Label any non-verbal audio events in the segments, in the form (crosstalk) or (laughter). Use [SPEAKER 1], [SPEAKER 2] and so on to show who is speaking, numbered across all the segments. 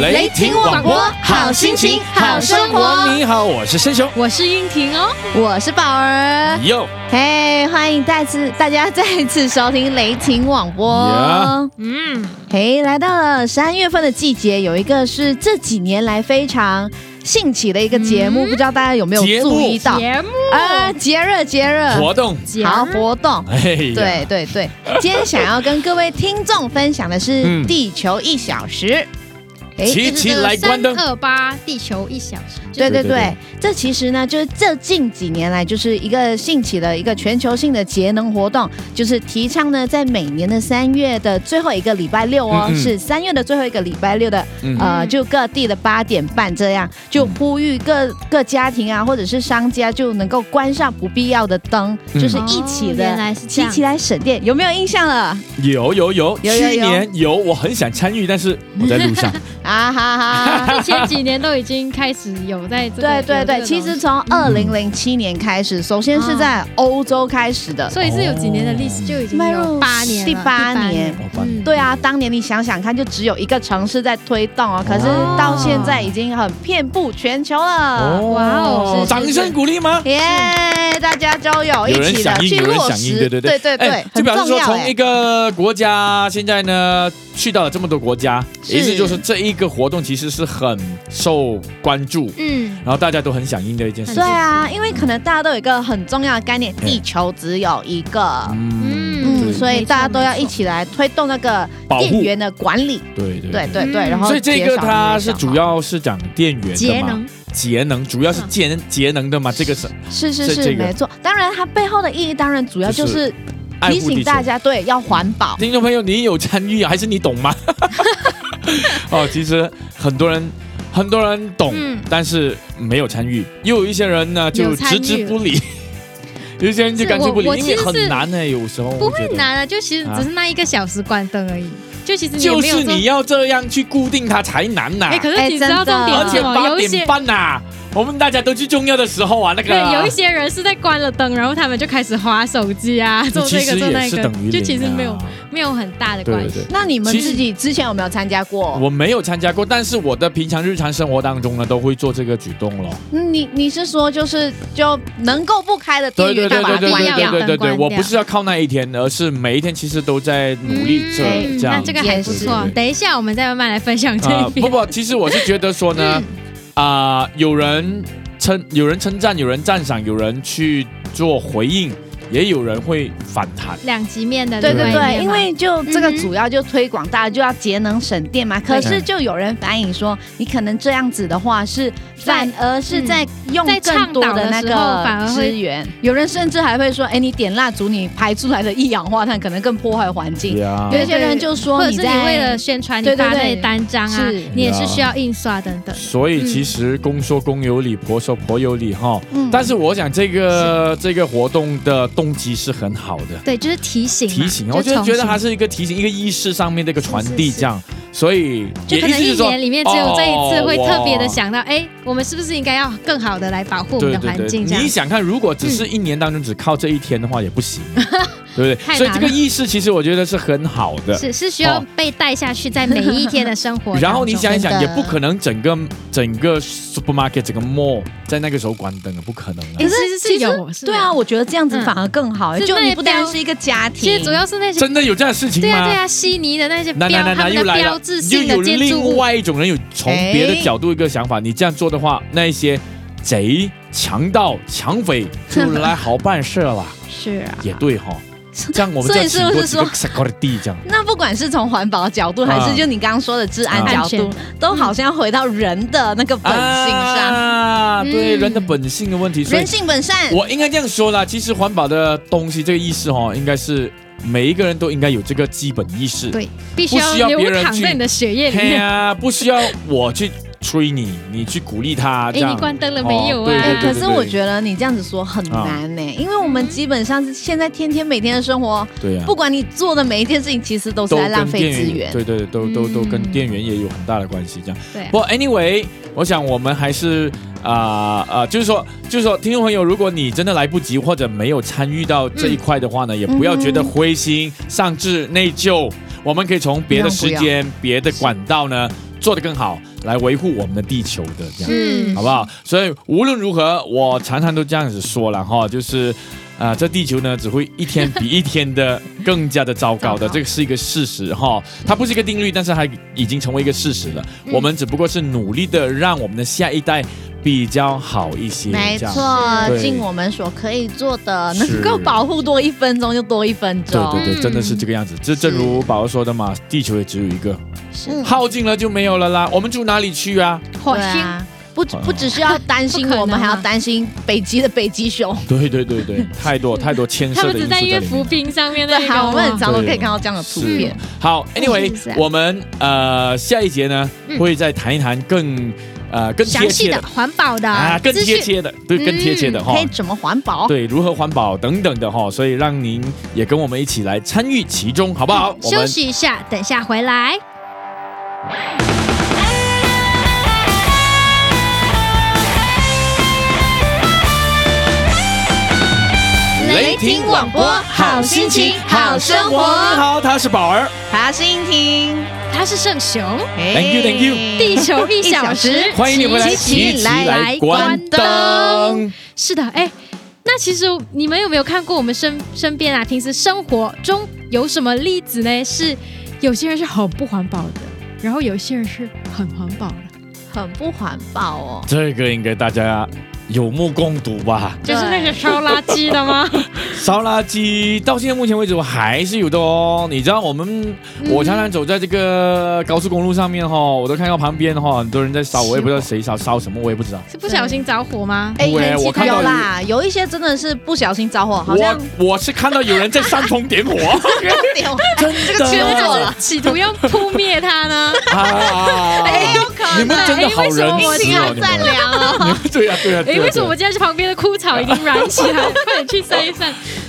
[SPEAKER 1] 雷霆广播好心情好生活
[SPEAKER 2] 你好，我是深雄。
[SPEAKER 3] 我是英婷哦，
[SPEAKER 1] 我是宝儿，
[SPEAKER 2] 哟，
[SPEAKER 1] 嘿、欢迎再次大家再次收听雷霆广播
[SPEAKER 2] Yeah。
[SPEAKER 3] 嗯，
[SPEAKER 1] 嘿、来到了三月份的季节，有一个是这几年来非常兴起的一个节目，
[SPEAKER 3] 嗯
[SPEAKER 1] 不知道大家有没有
[SPEAKER 2] 节目
[SPEAKER 1] 注意到？
[SPEAKER 3] 节目
[SPEAKER 1] 呃，节日节日，
[SPEAKER 2] 活动，
[SPEAKER 3] 节
[SPEAKER 1] 好
[SPEAKER 3] 目
[SPEAKER 1] 活动。
[SPEAKER 2] 哎呀，
[SPEAKER 1] 呃对对对，今天想要跟各位听众分享的是
[SPEAKER 2] 嗯
[SPEAKER 1] 《地球一小时》哎
[SPEAKER 2] 齐齐来关灯，
[SPEAKER 3] 二八地球一小时，
[SPEAKER 1] 对对
[SPEAKER 2] 对对
[SPEAKER 1] 对，这其实呢，就是这近几年来，就是一个兴起的一个全球性的节能活动，就是提倡呢，在每年的三月的最后一个礼拜六哦，
[SPEAKER 2] 嗯嗯
[SPEAKER 1] 是三月的最后一个礼拜六的，
[SPEAKER 2] 嗯
[SPEAKER 1] 呃，就各地的八点半这样，就呼吁各各家庭啊，或者是商家就能够关上不必要的灯，
[SPEAKER 2] 嗯
[SPEAKER 1] 就是一起
[SPEAKER 3] 哦
[SPEAKER 1] 的。
[SPEAKER 3] 原来是这
[SPEAKER 1] 齐
[SPEAKER 3] 样
[SPEAKER 1] 起。来省电，有没有印象了？
[SPEAKER 2] 有有有，
[SPEAKER 1] 有有
[SPEAKER 2] 去年有，我很想参与，但是我在路
[SPEAKER 1] (laughs)
[SPEAKER 2] 上。
[SPEAKER 1] 啊哈哈！
[SPEAKER 3] (laughs) 这前几年都已经开始有在
[SPEAKER 1] 对
[SPEAKER 3] 这个嗯
[SPEAKER 1] 对对，其实，从二零零七年开始，首先是在欧洲开始的
[SPEAKER 3] 有这个东西，所以是有几年的历史，就已经有八年了，
[SPEAKER 1] 第八年。
[SPEAKER 2] 我把
[SPEAKER 3] 嗯，
[SPEAKER 1] 对啊，当年你想想看，就只有一个城市在推动哦，可是
[SPEAKER 3] 哦
[SPEAKER 1] 到现在已经很遍布全球了。
[SPEAKER 3] 哇哦是是
[SPEAKER 2] 掌声鼓励吗？
[SPEAKER 1] 耶大家都有一
[SPEAKER 2] 有人
[SPEAKER 1] 起的
[SPEAKER 2] 响应，
[SPEAKER 1] 去
[SPEAKER 2] 有人
[SPEAKER 1] 落
[SPEAKER 2] 响应，对
[SPEAKER 1] 实，
[SPEAKER 2] 对对
[SPEAKER 1] 对
[SPEAKER 2] 哎就
[SPEAKER 1] 很
[SPEAKER 2] 表示
[SPEAKER 1] 重
[SPEAKER 2] 说
[SPEAKER 1] 要
[SPEAKER 2] 从一
[SPEAKER 1] 哎。
[SPEAKER 2] 个国家现在呢去到了这么多国家，
[SPEAKER 1] 是
[SPEAKER 2] 意思就是这一个活动其实是很受关注，
[SPEAKER 3] 嗯，
[SPEAKER 2] 然后大家都很响应的一件事
[SPEAKER 1] 对
[SPEAKER 2] 情。
[SPEAKER 1] 啊，因为可能大家都有一个很重要的概念，
[SPEAKER 2] 哎
[SPEAKER 1] 地球只有一个，
[SPEAKER 3] 嗯
[SPEAKER 1] 嗯，
[SPEAKER 2] 对
[SPEAKER 1] 所以
[SPEAKER 3] 没错
[SPEAKER 1] 大家都要
[SPEAKER 3] 没错
[SPEAKER 1] 一起来推动那个
[SPEAKER 2] 保
[SPEAKER 1] 电
[SPEAKER 2] 护，
[SPEAKER 1] 源的管理。
[SPEAKER 2] 对对
[SPEAKER 1] 对对哦对，
[SPEAKER 3] 嗯
[SPEAKER 1] 然后
[SPEAKER 2] 所以这
[SPEAKER 1] 减
[SPEAKER 2] 个
[SPEAKER 1] 少
[SPEAKER 2] 它
[SPEAKER 1] 影
[SPEAKER 2] 是
[SPEAKER 1] 响
[SPEAKER 2] 主
[SPEAKER 1] 嘛
[SPEAKER 2] 要是讲电源
[SPEAKER 3] 节
[SPEAKER 2] 的嘛，
[SPEAKER 3] 能，
[SPEAKER 2] 节能主要是
[SPEAKER 3] 嗯
[SPEAKER 2] 节节能的嘛，这个是
[SPEAKER 1] 是是
[SPEAKER 2] 是
[SPEAKER 1] 是
[SPEAKER 2] 这个
[SPEAKER 1] 没错，当然它背后的意义当然主要就
[SPEAKER 2] 就是爱
[SPEAKER 1] 提
[SPEAKER 2] 护
[SPEAKER 1] 醒
[SPEAKER 2] 地球
[SPEAKER 1] 大。家对要环保。
[SPEAKER 2] 听众朋友，你有参与啊还是你懂吗？ (laughs) 哦，其实很多人很多人懂，
[SPEAKER 3] 嗯
[SPEAKER 2] 但是没有参与，又有一些人呢就
[SPEAKER 3] 有参
[SPEAKER 2] 置
[SPEAKER 3] 与
[SPEAKER 2] 之不理， (laughs) 有一些人就是干脆不理
[SPEAKER 3] 我我，
[SPEAKER 2] 因为
[SPEAKER 3] 其实
[SPEAKER 2] 很
[SPEAKER 3] 是
[SPEAKER 2] 难呢、有时候
[SPEAKER 3] 不
[SPEAKER 2] 我觉
[SPEAKER 3] 会
[SPEAKER 2] 得。
[SPEAKER 3] 难啊，就其实只是那一个小时关灯而已，就其实你也
[SPEAKER 2] 就
[SPEAKER 3] 没有
[SPEAKER 2] 是
[SPEAKER 3] 做
[SPEAKER 2] 你。要这样去固定它才难呐、
[SPEAKER 3] 哎，可是
[SPEAKER 1] 哎
[SPEAKER 3] 你知道
[SPEAKER 1] 真的
[SPEAKER 3] 重点
[SPEAKER 2] 而
[SPEAKER 3] 是
[SPEAKER 2] 且
[SPEAKER 3] 什么？
[SPEAKER 2] 八
[SPEAKER 3] 有一
[SPEAKER 2] 点
[SPEAKER 3] 些
[SPEAKER 2] 半呐、啊我们大家都去重要的时候啊，那个
[SPEAKER 3] 对，有一些人是在关了灯，然后他们就开始划手机啊，
[SPEAKER 2] 你
[SPEAKER 3] 做
[SPEAKER 2] 其
[SPEAKER 3] 这个
[SPEAKER 2] 实
[SPEAKER 3] 做那
[SPEAKER 2] 也是
[SPEAKER 3] 个
[SPEAKER 2] 等于、，
[SPEAKER 3] 就其实没有
[SPEAKER 2] 啊。
[SPEAKER 3] 没有很大的
[SPEAKER 2] 对
[SPEAKER 3] 关
[SPEAKER 2] 对
[SPEAKER 3] 系
[SPEAKER 2] 对。，
[SPEAKER 1] 那你们
[SPEAKER 2] 其实
[SPEAKER 1] 自己之前有没有参加过？
[SPEAKER 2] 我没有参加过，但是我的平常日常生活当中呢，都会做这个举动咯。
[SPEAKER 1] 嗯你你是说就是就能够不开的电
[SPEAKER 2] 对
[SPEAKER 1] 源
[SPEAKER 2] 对对
[SPEAKER 1] 就把
[SPEAKER 2] 对
[SPEAKER 1] 它
[SPEAKER 2] 对
[SPEAKER 1] 关
[SPEAKER 2] 对
[SPEAKER 1] 掉
[SPEAKER 2] 对？对对，
[SPEAKER 3] 关掉
[SPEAKER 2] 我不是要靠那一天，而是每一天其实都在努力这
[SPEAKER 1] 嗯
[SPEAKER 2] 这样
[SPEAKER 3] 哎那
[SPEAKER 2] 子。
[SPEAKER 3] 这个还不
[SPEAKER 1] 也是
[SPEAKER 3] 错。等一下，我们再慢慢来分享这嗯
[SPEAKER 2] 啊
[SPEAKER 3] 一
[SPEAKER 2] 不
[SPEAKER 3] 篇。
[SPEAKER 2] 不，其实我是觉得说呢，啊，有人称有人称赞，有人赞赏，有人去做回应，也有人会反弹。
[SPEAKER 3] 两极面的
[SPEAKER 1] 对
[SPEAKER 3] 另
[SPEAKER 1] 对
[SPEAKER 3] 外一
[SPEAKER 1] 对，
[SPEAKER 3] 面嘛
[SPEAKER 1] 因为就这个
[SPEAKER 3] 嗯哼
[SPEAKER 1] 主要就推广大家就要节能省电嘛。可是
[SPEAKER 2] 对
[SPEAKER 1] 就有人反映说，你可能这样子的话是反而是
[SPEAKER 3] 嗯
[SPEAKER 1] 在用
[SPEAKER 3] 在
[SPEAKER 1] 更
[SPEAKER 3] 倡
[SPEAKER 1] 多
[SPEAKER 3] 导的
[SPEAKER 1] 那
[SPEAKER 3] 时候反
[SPEAKER 1] 个
[SPEAKER 3] 而会
[SPEAKER 1] 资源。有人甚至还会说，哎，你点蜡烛，你排出来的一氧化碳可能更破坏环境。
[SPEAKER 2] 呀
[SPEAKER 1] 有一些人就
[SPEAKER 3] 或
[SPEAKER 1] 说
[SPEAKER 3] 者
[SPEAKER 1] 你
[SPEAKER 3] 是
[SPEAKER 1] 在
[SPEAKER 3] 你为了宣传
[SPEAKER 1] 对
[SPEAKER 3] 你
[SPEAKER 1] 对
[SPEAKER 3] 发
[SPEAKER 1] 对
[SPEAKER 3] 那些单张啊
[SPEAKER 1] 是，
[SPEAKER 3] 你也是需要印刷等等。
[SPEAKER 2] 所以其实公说公有理，婆说婆有理哈。
[SPEAKER 1] 嗯
[SPEAKER 2] 但是我想这个这个活动的动机是很好的。
[SPEAKER 3] 对，就是提醒嘛啊
[SPEAKER 2] 提醒，
[SPEAKER 3] 就
[SPEAKER 2] 我觉得
[SPEAKER 3] 重
[SPEAKER 2] 觉得
[SPEAKER 3] 新
[SPEAKER 2] 它是一个提醒，一个意识上面的一个传
[SPEAKER 3] 是
[SPEAKER 2] 递
[SPEAKER 3] 是是
[SPEAKER 2] 这样，所以
[SPEAKER 3] 就
[SPEAKER 2] 也
[SPEAKER 3] 可
[SPEAKER 2] 意
[SPEAKER 3] 能
[SPEAKER 2] 思
[SPEAKER 3] 一
[SPEAKER 2] 是说
[SPEAKER 3] 年里面只有这一次会
[SPEAKER 2] 哦
[SPEAKER 3] 特别的想到，哎，我们是不是应该要更好的来保护我们
[SPEAKER 2] 对
[SPEAKER 3] 的
[SPEAKER 2] 对
[SPEAKER 3] 环
[SPEAKER 2] 对，
[SPEAKER 3] 境？这样
[SPEAKER 2] 你想看，如果只是一年当中只靠这一天的话，也不行，对不对？
[SPEAKER 3] 嗯 (laughs) 太
[SPEAKER 2] 所以
[SPEAKER 3] 难
[SPEAKER 2] 这个
[SPEAKER 3] 了
[SPEAKER 2] 意识其实我觉得是很好的。
[SPEAKER 3] 是是需要
[SPEAKER 2] 哦
[SPEAKER 3] 被带下去，在每一天的生活当中。
[SPEAKER 2] 然哦 (laughs) 后你想一想，
[SPEAKER 1] 真
[SPEAKER 2] 也
[SPEAKER 1] 的
[SPEAKER 2] 不可能整个整个 supermarket 整个 mall 在那个时候关灯的，不可能啊
[SPEAKER 1] 可
[SPEAKER 3] 哎，其
[SPEAKER 1] 是
[SPEAKER 3] 实
[SPEAKER 1] 其
[SPEAKER 3] 是
[SPEAKER 1] 实
[SPEAKER 3] 有，是
[SPEAKER 1] 对
[SPEAKER 3] 有
[SPEAKER 1] 啊，，我觉得这样子反而更好、
[SPEAKER 3] 嗯
[SPEAKER 1] 就你不单
[SPEAKER 3] 是那
[SPEAKER 1] 是一个家庭，
[SPEAKER 3] 其实主要是那些
[SPEAKER 2] 真的有这样的事情
[SPEAKER 3] 对啊，对
[SPEAKER 2] 吗？
[SPEAKER 3] 啊，悉尼的那些
[SPEAKER 2] 那
[SPEAKER 3] 标，
[SPEAKER 2] 那那
[SPEAKER 3] 他
[SPEAKER 2] 那
[SPEAKER 3] 们
[SPEAKER 2] 又
[SPEAKER 3] 的
[SPEAKER 2] 来了
[SPEAKER 3] 标志，
[SPEAKER 2] 又
[SPEAKER 3] 性
[SPEAKER 2] 有
[SPEAKER 3] 的建筑
[SPEAKER 2] 另
[SPEAKER 3] 物，啊
[SPEAKER 2] 外一种人有从
[SPEAKER 1] 哎
[SPEAKER 2] 别的角度一个想法，你这样做的话，那一些贼、强盗、抢匪就来好办事了。
[SPEAKER 3] 是 (laughs) 啊，
[SPEAKER 2] 也对哈、这样我们
[SPEAKER 1] 所以
[SPEAKER 2] 再请
[SPEAKER 1] 是不
[SPEAKER 2] 多
[SPEAKER 1] 是
[SPEAKER 2] 几个
[SPEAKER 1] 说
[SPEAKER 2] security
[SPEAKER 3] (laughs)
[SPEAKER 2] 这样。
[SPEAKER 1] 那不管是从环保角度，
[SPEAKER 2] 啊
[SPEAKER 1] 还是就你刚刚说的治安
[SPEAKER 2] 啊
[SPEAKER 1] 角
[SPEAKER 3] 安全
[SPEAKER 1] 度，都好像回到人的那个本性上，
[SPEAKER 2] 啊，对、
[SPEAKER 3] 嗯
[SPEAKER 2] 人的本性的问题，所以
[SPEAKER 1] 人性本善。
[SPEAKER 2] 我应该这样说啦。其实环保的东西这个意识哈、哦，应该是每一个人都应该有这个基本意识。
[SPEAKER 3] 对，必须
[SPEAKER 2] 不需要
[SPEAKER 3] 要
[SPEAKER 2] 别
[SPEAKER 3] 流
[SPEAKER 2] 人
[SPEAKER 3] 淌
[SPEAKER 2] 去
[SPEAKER 3] 在你的血液里
[SPEAKER 2] 嘿啊
[SPEAKER 3] 面。
[SPEAKER 2] 呀、不需要我去催你，你去鼓励他这
[SPEAKER 3] (laughs) 哎，
[SPEAKER 2] 样。
[SPEAKER 3] 你关灯了没有啊？
[SPEAKER 2] 哦对
[SPEAKER 1] 哎
[SPEAKER 2] 对，对啊
[SPEAKER 1] 可是我觉得你这样子说很难呢、因为我们基本上是现在天天每天的生活，
[SPEAKER 2] 对啊呀、
[SPEAKER 1] 不管你做的每一件事情，其实都是
[SPEAKER 2] 都
[SPEAKER 1] 在
[SPEAKER 2] 跟
[SPEAKER 1] 浪费
[SPEAKER 2] 电
[SPEAKER 1] 资源。
[SPEAKER 2] 对对对，都都都跟
[SPEAKER 3] 嗯
[SPEAKER 2] 电源也有很大的关系。这样，
[SPEAKER 3] 对啊
[SPEAKER 2] 不过 anyway，我想我们还是啊啊、呃就是说，就是说，听众朋友，如果你真的来不及或者没有参与到
[SPEAKER 1] 嗯
[SPEAKER 2] 这一块的话呢，也不要觉得灰心、丧志、内疚，我们可以从别的时
[SPEAKER 1] 不
[SPEAKER 2] 间、别的管道呢做得更好，来维护我们的地球的这样。
[SPEAKER 1] 嗯
[SPEAKER 2] 好不好？所以无论如何，我常常都这样子说了哈，就是。啊、这地球呢只会一天比一天的更加的糟糕的，
[SPEAKER 3] 糟糕
[SPEAKER 2] 这个是一个事实哈，它不是一个定律，但是它已经成为一个事实了。
[SPEAKER 1] 嗯
[SPEAKER 2] 我们只不过是努力的让我们的下一代比较好一些，
[SPEAKER 1] 没
[SPEAKER 2] 这样
[SPEAKER 1] 错，
[SPEAKER 2] 对
[SPEAKER 1] 尽我们所可以做的，
[SPEAKER 2] 是
[SPEAKER 1] 能够保护多一分钟就多一分
[SPEAKER 2] 对
[SPEAKER 1] 钟。啊
[SPEAKER 2] 对对，
[SPEAKER 3] 嗯
[SPEAKER 2] 真的是这个样子。这正如宝儿说的嘛，地球也只有一个，
[SPEAKER 1] 嗯
[SPEAKER 2] 耗尽了就没有了啦。我们住哪里去啊？
[SPEAKER 3] 火
[SPEAKER 1] 对
[SPEAKER 3] 星，
[SPEAKER 1] 啊，不
[SPEAKER 2] 好
[SPEAKER 1] 不只是要担心
[SPEAKER 3] 不可能啊
[SPEAKER 1] 我们，还要担心北极的北极熊。
[SPEAKER 2] 对对对对，太多太多牵
[SPEAKER 3] 他
[SPEAKER 2] 涉
[SPEAKER 3] 们
[SPEAKER 2] 的因素
[SPEAKER 3] 只
[SPEAKER 2] 在
[SPEAKER 3] 在
[SPEAKER 2] 里
[SPEAKER 3] 乐
[SPEAKER 2] 面
[SPEAKER 3] 浮
[SPEAKER 2] 了。
[SPEAKER 3] 冰上面那啊
[SPEAKER 1] 对，
[SPEAKER 3] 个
[SPEAKER 1] 好，我们很
[SPEAKER 3] 哇
[SPEAKER 1] 常都可以看到这样的图
[SPEAKER 2] 是
[SPEAKER 1] 片。
[SPEAKER 2] 好，Anyway，
[SPEAKER 1] 是是啊
[SPEAKER 2] 我们呃下一节呢
[SPEAKER 3] 嗯
[SPEAKER 2] 会再谈一谈更呃更贴
[SPEAKER 3] 详细
[SPEAKER 2] 切
[SPEAKER 3] 的
[SPEAKER 2] 的
[SPEAKER 3] 环保的
[SPEAKER 2] 啊，更
[SPEAKER 3] 资
[SPEAKER 2] 贴
[SPEAKER 3] 讯
[SPEAKER 2] 切的，对，更贴切的哈
[SPEAKER 1] 嗯可以。怎么环保？
[SPEAKER 2] 对，如何环保等等的哈，所以让您也跟我们一起来参与其中，好不好？我
[SPEAKER 3] 嗯休
[SPEAKER 2] 们
[SPEAKER 3] 息一下，等下回来。
[SPEAKER 1] 雷霆广播好心情好生活
[SPEAKER 2] 你好，他是宝儿，
[SPEAKER 1] 爬蜻蜓
[SPEAKER 3] 他是圣雄，
[SPEAKER 1] ，Thank
[SPEAKER 2] you, thank you
[SPEAKER 3] 地球一
[SPEAKER 1] 一小
[SPEAKER 3] 小
[SPEAKER 1] 时
[SPEAKER 3] 时，
[SPEAKER 2] (laughs) 欢迎你回来，
[SPEAKER 1] 奇
[SPEAKER 2] 奇
[SPEAKER 1] 奇
[SPEAKER 2] 奇
[SPEAKER 1] 来
[SPEAKER 2] 来
[SPEAKER 3] 来
[SPEAKER 2] 关
[SPEAKER 3] 关
[SPEAKER 2] 灯
[SPEAKER 3] 灯。是的，哎，那其实你们有没有看过我们身身边啊，平时生活中有什么例子呢？是有些人是很不环保的，然后有些人是很环保的，
[SPEAKER 1] 很不环保哦。
[SPEAKER 2] 这个应该大家有目共睹吧？
[SPEAKER 3] 就是那些烧垃圾的吗？
[SPEAKER 2] 烧垃圾到现在目前为止我还是有的哦。你知道我们，我常常走在这个高速公路上面哈、哦，我都看到旁边哈、哦、很多人在烧，我也不知道谁烧烧什么，我也不知道。
[SPEAKER 3] 是不小心着火吗？
[SPEAKER 2] 对
[SPEAKER 1] 很奇
[SPEAKER 2] 我
[SPEAKER 1] 怪
[SPEAKER 2] 看到
[SPEAKER 1] 有
[SPEAKER 2] 有
[SPEAKER 1] 啦，有一些真的是不小心着火，好像
[SPEAKER 2] 我我是看到有人在煽风点火，
[SPEAKER 1] 点
[SPEAKER 2] 真
[SPEAKER 1] (laughs) 这个
[SPEAKER 2] 的
[SPEAKER 1] 缺
[SPEAKER 3] 那
[SPEAKER 1] 做
[SPEAKER 3] 他
[SPEAKER 1] 了
[SPEAKER 3] (laughs) 是企图要扑灭它
[SPEAKER 1] (laughs)
[SPEAKER 3] 呢？
[SPEAKER 2] 啊！
[SPEAKER 1] 哎有可能
[SPEAKER 2] 你们真的好人
[SPEAKER 3] 哎为什么我
[SPEAKER 2] 慈
[SPEAKER 1] 心
[SPEAKER 2] 哦
[SPEAKER 1] 好，
[SPEAKER 2] 你
[SPEAKER 1] 善
[SPEAKER 2] 们。
[SPEAKER 1] 良哦。
[SPEAKER 2] (laughs) 对呀、对呀、对
[SPEAKER 3] 哎，
[SPEAKER 2] 呀、
[SPEAKER 3] 为什么我今天去旁边的枯草已经燃起来了？快点去扇
[SPEAKER 1] (laughs)
[SPEAKER 3] 一扇，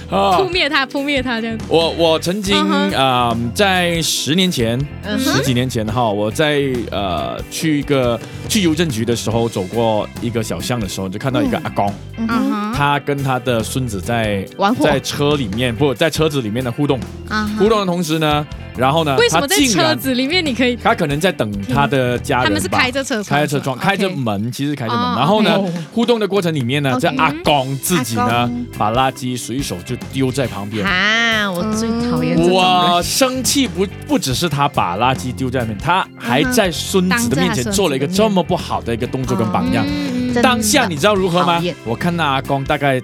[SPEAKER 2] 啊
[SPEAKER 3] 扑灭它，扑灭它这样子。
[SPEAKER 2] 我我曾经
[SPEAKER 3] 嗯哼
[SPEAKER 2] 啊、呃在十年前、
[SPEAKER 1] 嗯
[SPEAKER 2] 十
[SPEAKER 1] 哼
[SPEAKER 2] 几年前哈，我在呃去一个去邮政局的时候，走过一个小巷的时候，就看到一个
[SPEAKER 1] 嗯
[SPEAKER 2] 阿公，
[SPEAKER 1] 嗯哼
[SPEAKER 3] 啊哈，
[SPEAKER 2] 他跟他的孙子在
[SPEAKER 1] 玩火
[SPEAKER 2] 在车里面，不在车子里面的互动，
[SPEAKER 1] 啊哈
[SPEAKER 2] 互动的同时呢，然后呢，
[SPEAKER 3] 嗯为什
[SPEAKER 2] 他
[SPEAKER 3] 么在
[SPEAKER 2] 竟
[SPEAKER 3] 车
[SPEAKER 2] 然
[SPEAKER 3] 子里面你可以？
[SPEAKER 2] 他可能在等他的家人吧，
[SPEAKER 3] 他们是开着车窗，
[SPEAKER 2] 开着车窗，开着
[SPEAKER 3] OK
[SPEAKER 2] 门，其实开着门。
[SPEAKER 3] 哦
[SPEAKER 2] 然后呢
[SPEAKER 1] OK，
[SPEAKER 2] 互动的过程里面呢，
[SPEAKER 1] OK
[SPEAKER 2] 这阿公自己
[SPEAKER 1] 阿
[SPEAKER 2] 呢
[SPEAKER 1] 公
[SPEAKER 2] 把垃圾随手就丢在旁边。
[SPEAKER 1] 啊，我最讨厌这种人。嗯
[SPEAKER 2] 我生气不不只是他把垃圾丢在那边，他还在孙子的面前
[SPEAKER 3] 当着他孙子的面
[SPEAKER 2] 做了一个这么不好的一个动作跟榜样。
[SPEAKER 3] 嗯
[SPEAKER 1] 真的
[SPEAKER 2] 当下你知道如何吗
[SPEAKER 1] 讨厌？
[SPEAKER 2] 我看那阿公大概，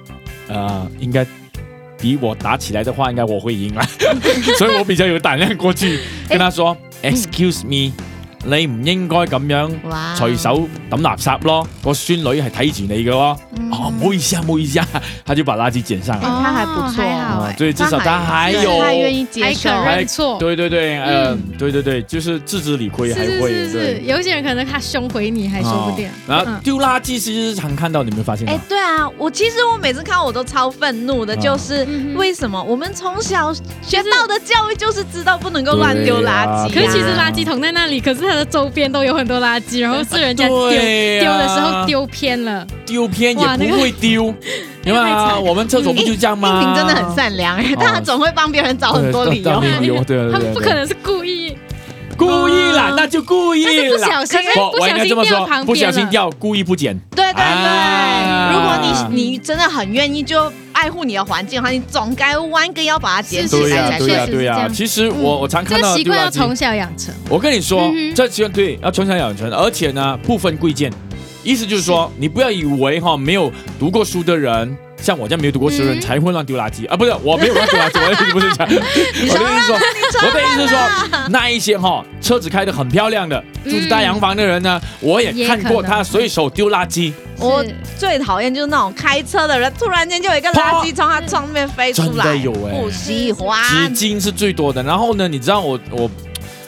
[SPEAKER 2] 呃，应该比我打起来的话，应该我会赢了，所以我比较有胆量过去跟他说：“Excuse me，你唔應該咁樣
[SPEAKER 1] 哇
[SPEAKER 2] 隨手抌垃圾咯，個孫女係睇住你嘅咯。
[SPEAKER 1] 嗯
[SPEAKER 2] 哦，唔好意思啊，唔好意思啊，他就把垃圾捡上
[SPEAKER 1] 哎
[SPEAKER 2] 来。
[SPEAKER 1] 他还不错
[SPEAKER 3] 哦还好
[SPEAKER 2] 啊
[SPEAKER 3] 哎，
[SPEAKER 2] 所以至少他还
[SPEAKER 1] 对
[SPEAKER 2] 有
[SPEAKER 1] 他愿意接
[SPEAKER 3] 还
[SPEAKER 1] 受
[SPEAKER 3] 可。认错。
[SPEAKER 2] 对对对，呃
[SPEAKER 3] 哦嗯，
[SPEAKER 2] 对对对，就是自知理亏
[SPEAKER 3] 是
[SPEAKER 2] 还
[SPEAKER 3] 是
[SPEAKER 2] 会
[SPEAKER 3] 是是，
[SPEAKER 2] 对。
[SPEAKER 3] 有一些人可能他凶回你还说不定
[SPEAKER 2] 哦。然后
[SPEAKER 3] 嗯
[SPEAKER 2] 丢垃圾其实是常看到，你有没有发现
[SPEAKER 1] 哎
[SPEAKER 2] 啊？，
[SPEAKER 1] 对啊，我其实我每次看我都超愤怒的，
[SPEAKER 2] 啊
[SPEAKER 1] 就是
[SPEAKER 3] 嗯哼
[SPEAKER 1] 为什么我们从小学到的教育就是知道不能够乱丢垃圾啊，
[SPEAKER 3] 可
[SPEAKER 2] 对啊
[SPEAKER 3] 是其实垃圾桶在那里，可是它的周边都有很多垃圾，然后是人家丢
[SPEAKER 2] 哎对啊
[SPEAKER 3] 丢的时候丢偏了，
[SPEAKER 2] 丢偏也
[SPEAKER 3] 哇那个
[SPEAKER 2] 不会丢， (laughs) 因为
[SPEAKER 3] 那个太
[SPEAKER 2] 啊，
[SPEAKER 3] 惨
[SPEAKER 2] 我们厕所不就这样吗？
[SPEAKER 1] 婷真的很善良，但他总会帮别人找很多理
[SPEAKER 2] 对。
[SPEAKER 1] 由
[SPEAKER 3] (laughs)
[SPEAKER 2] 当然有对对对
[SPEAKER 3] 啊
[SPEAKER 2] 啊
[SPEAKER 3] 他们不可能是故意，
[SPEAKER 2] 故意啦
[SPEAKER 1] 嗯，
[SPEAKER 2] 那就故意
[SPEAKER 3] 但是不
[SPEAKER 2] 啦。
[SPEAKER 3] 小心
[SPEAKER 2] 我
[SPEAKER 3] 不
[SPEAKER 2] 我应
[SPEAKER 3] 小
[SPEAKER 2] 该这
[SPEAKER 3] 心
[SPEAKER 2] 么
[SPEAKER 3] 掉
[SPEAKER 2] 说，
[SPEAKER 3] 旁
[SPEAKER 2] 不小
[SPEAKER 3] 边
[SPEAKER 2] 心
[SPEAKER 3] 了。
[SPEAKER 2] 掉，故意不捡。
[SPEAKER 1] 对对对，
[SPEAKER 2] 啊
[SPEAKER 1] 如果你
[SPEAKER 3] 嗯
[SPEAKER 1] 你真的很愿意就爱护你的环境的话，你总该弯个腰把它捡起
[SPEAKER 3] 是
[SPEAKER 1] 来
[SPEAKER 3] 是
[SPEAKER 2] 呀、
[SPEAKER 1] 才
[SPEAKER 2] 对呀、
[SPEAKER 3] 是
[SPEAKER 2] 对呀、
[SPEAKER 3] 这样嗯
[SPEAKER 2] 其实我、我常看
[SPEAKER 3] 这个
[SPEAKER 2] 到
[SPEAKER 3] 习
[SPEAKER 2] 丢
[SPEAKER 3] 惯
[SPEAKER 2] 垃
[SPEAKER 3] 要从
[SPEAKER 2] 圾，
[SPEAKER 3] 小养成。
[SPEAKER 2] 我跟你说，
[SPEAKER 3] 嗯哼
[SPEAKER 2] 这习惯对要从小养成，而且呢不分贵贱，意思就是说你不要以为哈没有读过书的人。像我这样没有读过书的人
[SPEAKER 3] 嗯
[SPEAKER 2] 才会乱丢垃圾啊！不是，我没有乱丢垃圾，我的意思不是
[SPEAKER 3] (laughs)
[SPEAKER 2] 讲，我的意
[SPEAKER 3] 啊
[SPEAKER 2] 思是说，我的意思是说，那一些哈车子开得很漂亮的，住着大洋房的人呢，我也
[SPEAKER 3] 嗯也
[SPEAKER 2] 看
[SPEAKER 3] 可
[SPEAKER 2] 过
[SPEAKER 3] 能
[SPEAKER 2] 他随手丢垃圾，
[SPEAKER 1] 我
[SPEAKER 3] 是
[SPEAKER 1] 最讨厌就是那种开车的人，突然间就有一个垃圾从他窗面飞出
[SPEAKER 2] 真
[SPEAKER 1] 来，
[SPEAKER 2] 的有哎
[SPEAKER 1] 不喜
[SPEAKER 2] 纸
[SPEAKER 3] 啊
[SPEAKER 1] 欢。
[SPEAKER 2] 巾是最多的。然后呢，你知道我我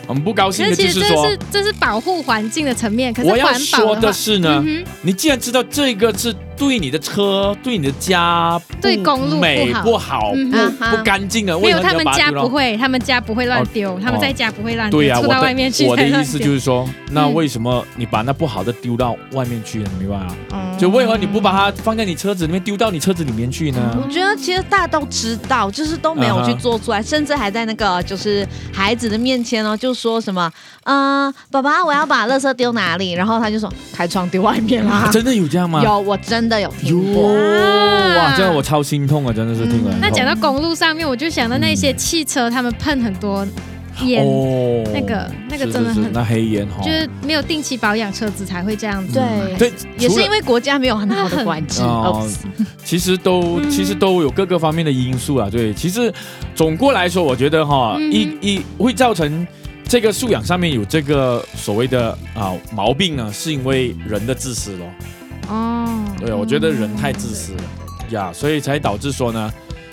[SPEAKER 2] 很不高兴
[SPEAKER 3] 那
[SPEAKER 2] 的就
[SPEAKER 3] 其
[SPEAKER 2] 是
[SPEAKER 3] 实这
[SPEAKER 2] 说
[SPEAKER 3] 是，这是保护环境的层面，可是
[SPEAKER 2] 我要
[SPEAKER 3] 环保
[SPEAKER 2] 说
[SPEAKER 3] 的
[SPEAKER 2] 的
[SPEAKER 3] 话，
[SPEAKER 2] 是呢，
[SPEAKER 3] 嗯
[SPEAKER 2] 你既然知道这个是对你的车、对你的家、
[SPEAKER 3] 对公路
[SPEAKER 2] 美
[SPEAKER 3] 不
[SPEAKER 2] 不好、
[SPEAKER 3] 嗯
[SPEAKER 1] 啊
[SPEAKER 2] 不
[SPEAKER 1] 哈，
[SPEAKER 2] 干净的，
[SPEAKER 3] 没
[SPEAKER 2] 为
[SPEAKER 3] 有，
[SPEAKER 2] 何
[SPEAKER 3] 他
[SPEAKER 2] 你要
[SPEAKER 3] 们
[SPEAKER 2] 把它
[SPEAKER 3] 家
[SPEAKER 2] 丢到
[SPEAKER 3] 不会，他们家不会乱丢，他们在家不会乱丢，
[SPEAKER 2] 对呀、我
[SPEAKER 3] 出到
[SPEAKER 2] 的
[SPEAKER 3] 外面去
[SPEAKER 2] 我的
[SPEAKER 3] 才乱
[SPEAKER 2] 意思就
[SPEAKER 3] 丢。
[SPEAKER 2] 是说，那
[SPEAKER 3] 嗯
[SPEAKER 2] 为什么你把那不好的丢到外面去呢？明白啊？
[SPEAKER 1] 嗯
[SPEAKER 2] 就为何你不把它放在你车子里面，丢到你车子里面去呢？
[SPEAKER 1] 我觉得其实大家都知道，就是都没有去做出来，甚至还在那个就是孩子的面前哦，就说什么，嗯、爸爸，我要把垃圾丢哪里？然后他就说开窗丢外
[SPEAKER 3] 嗯
[SPEAKER 1] 面啦
[SPEAKER 2] 啊。 (laughs) 真的有这样吗？
[SPEAKER 1] 有，我真的有听过。
[SPEAKER 2] 哇，
[SPEAKER 3] 哇
[SPEAKER 2] 真的我超心痛啊！真的是听了很痛。
[SPEAKER 3] 嗯那讲到公路上面，我就想到那些汽车，他们喷很多烟，
[SPEAKER 2] 嗯哦，
[SPEAKER 3] 那个那个
[SPEAKER 2] 是
[SPEAKER 3] 真的
[SPEAKER 2] 是是
[SPEAKER 3] 很
[SPEAKER 2] 那黑烟哈，
[SPEAKER 3] 就是没有定期保养车子才会这样子。
[SPEAKER 1] 对
[SPEAKER 2] 对，
[SPEAKER 1] 也
[SPEAKER 2] 除
[SPEAKER 1] 是
[SPEAKER 2] 了
[SPEAKER 1] 因为国家没有很好的管制，
[SPEAKER 2] 哦
[SPEAKER 1] 哦，
[SPEAKER 2] 其实都
[SPEAKER 3] 嗯
[SPEAKER 2] 其实都有各个方面的因素啊。对，其实总过来说，我觉得哈，
[SPEAKER 3] 嗯
[SPEAKER 2] 一一会造成这个素养上面有这个所谓的啊毛病呢，是因为人的自私咯。
[SPEAKER 3] 哦，
[SPEAKER 2] 对，我觉得人太自私了呀，所以才导致说呢，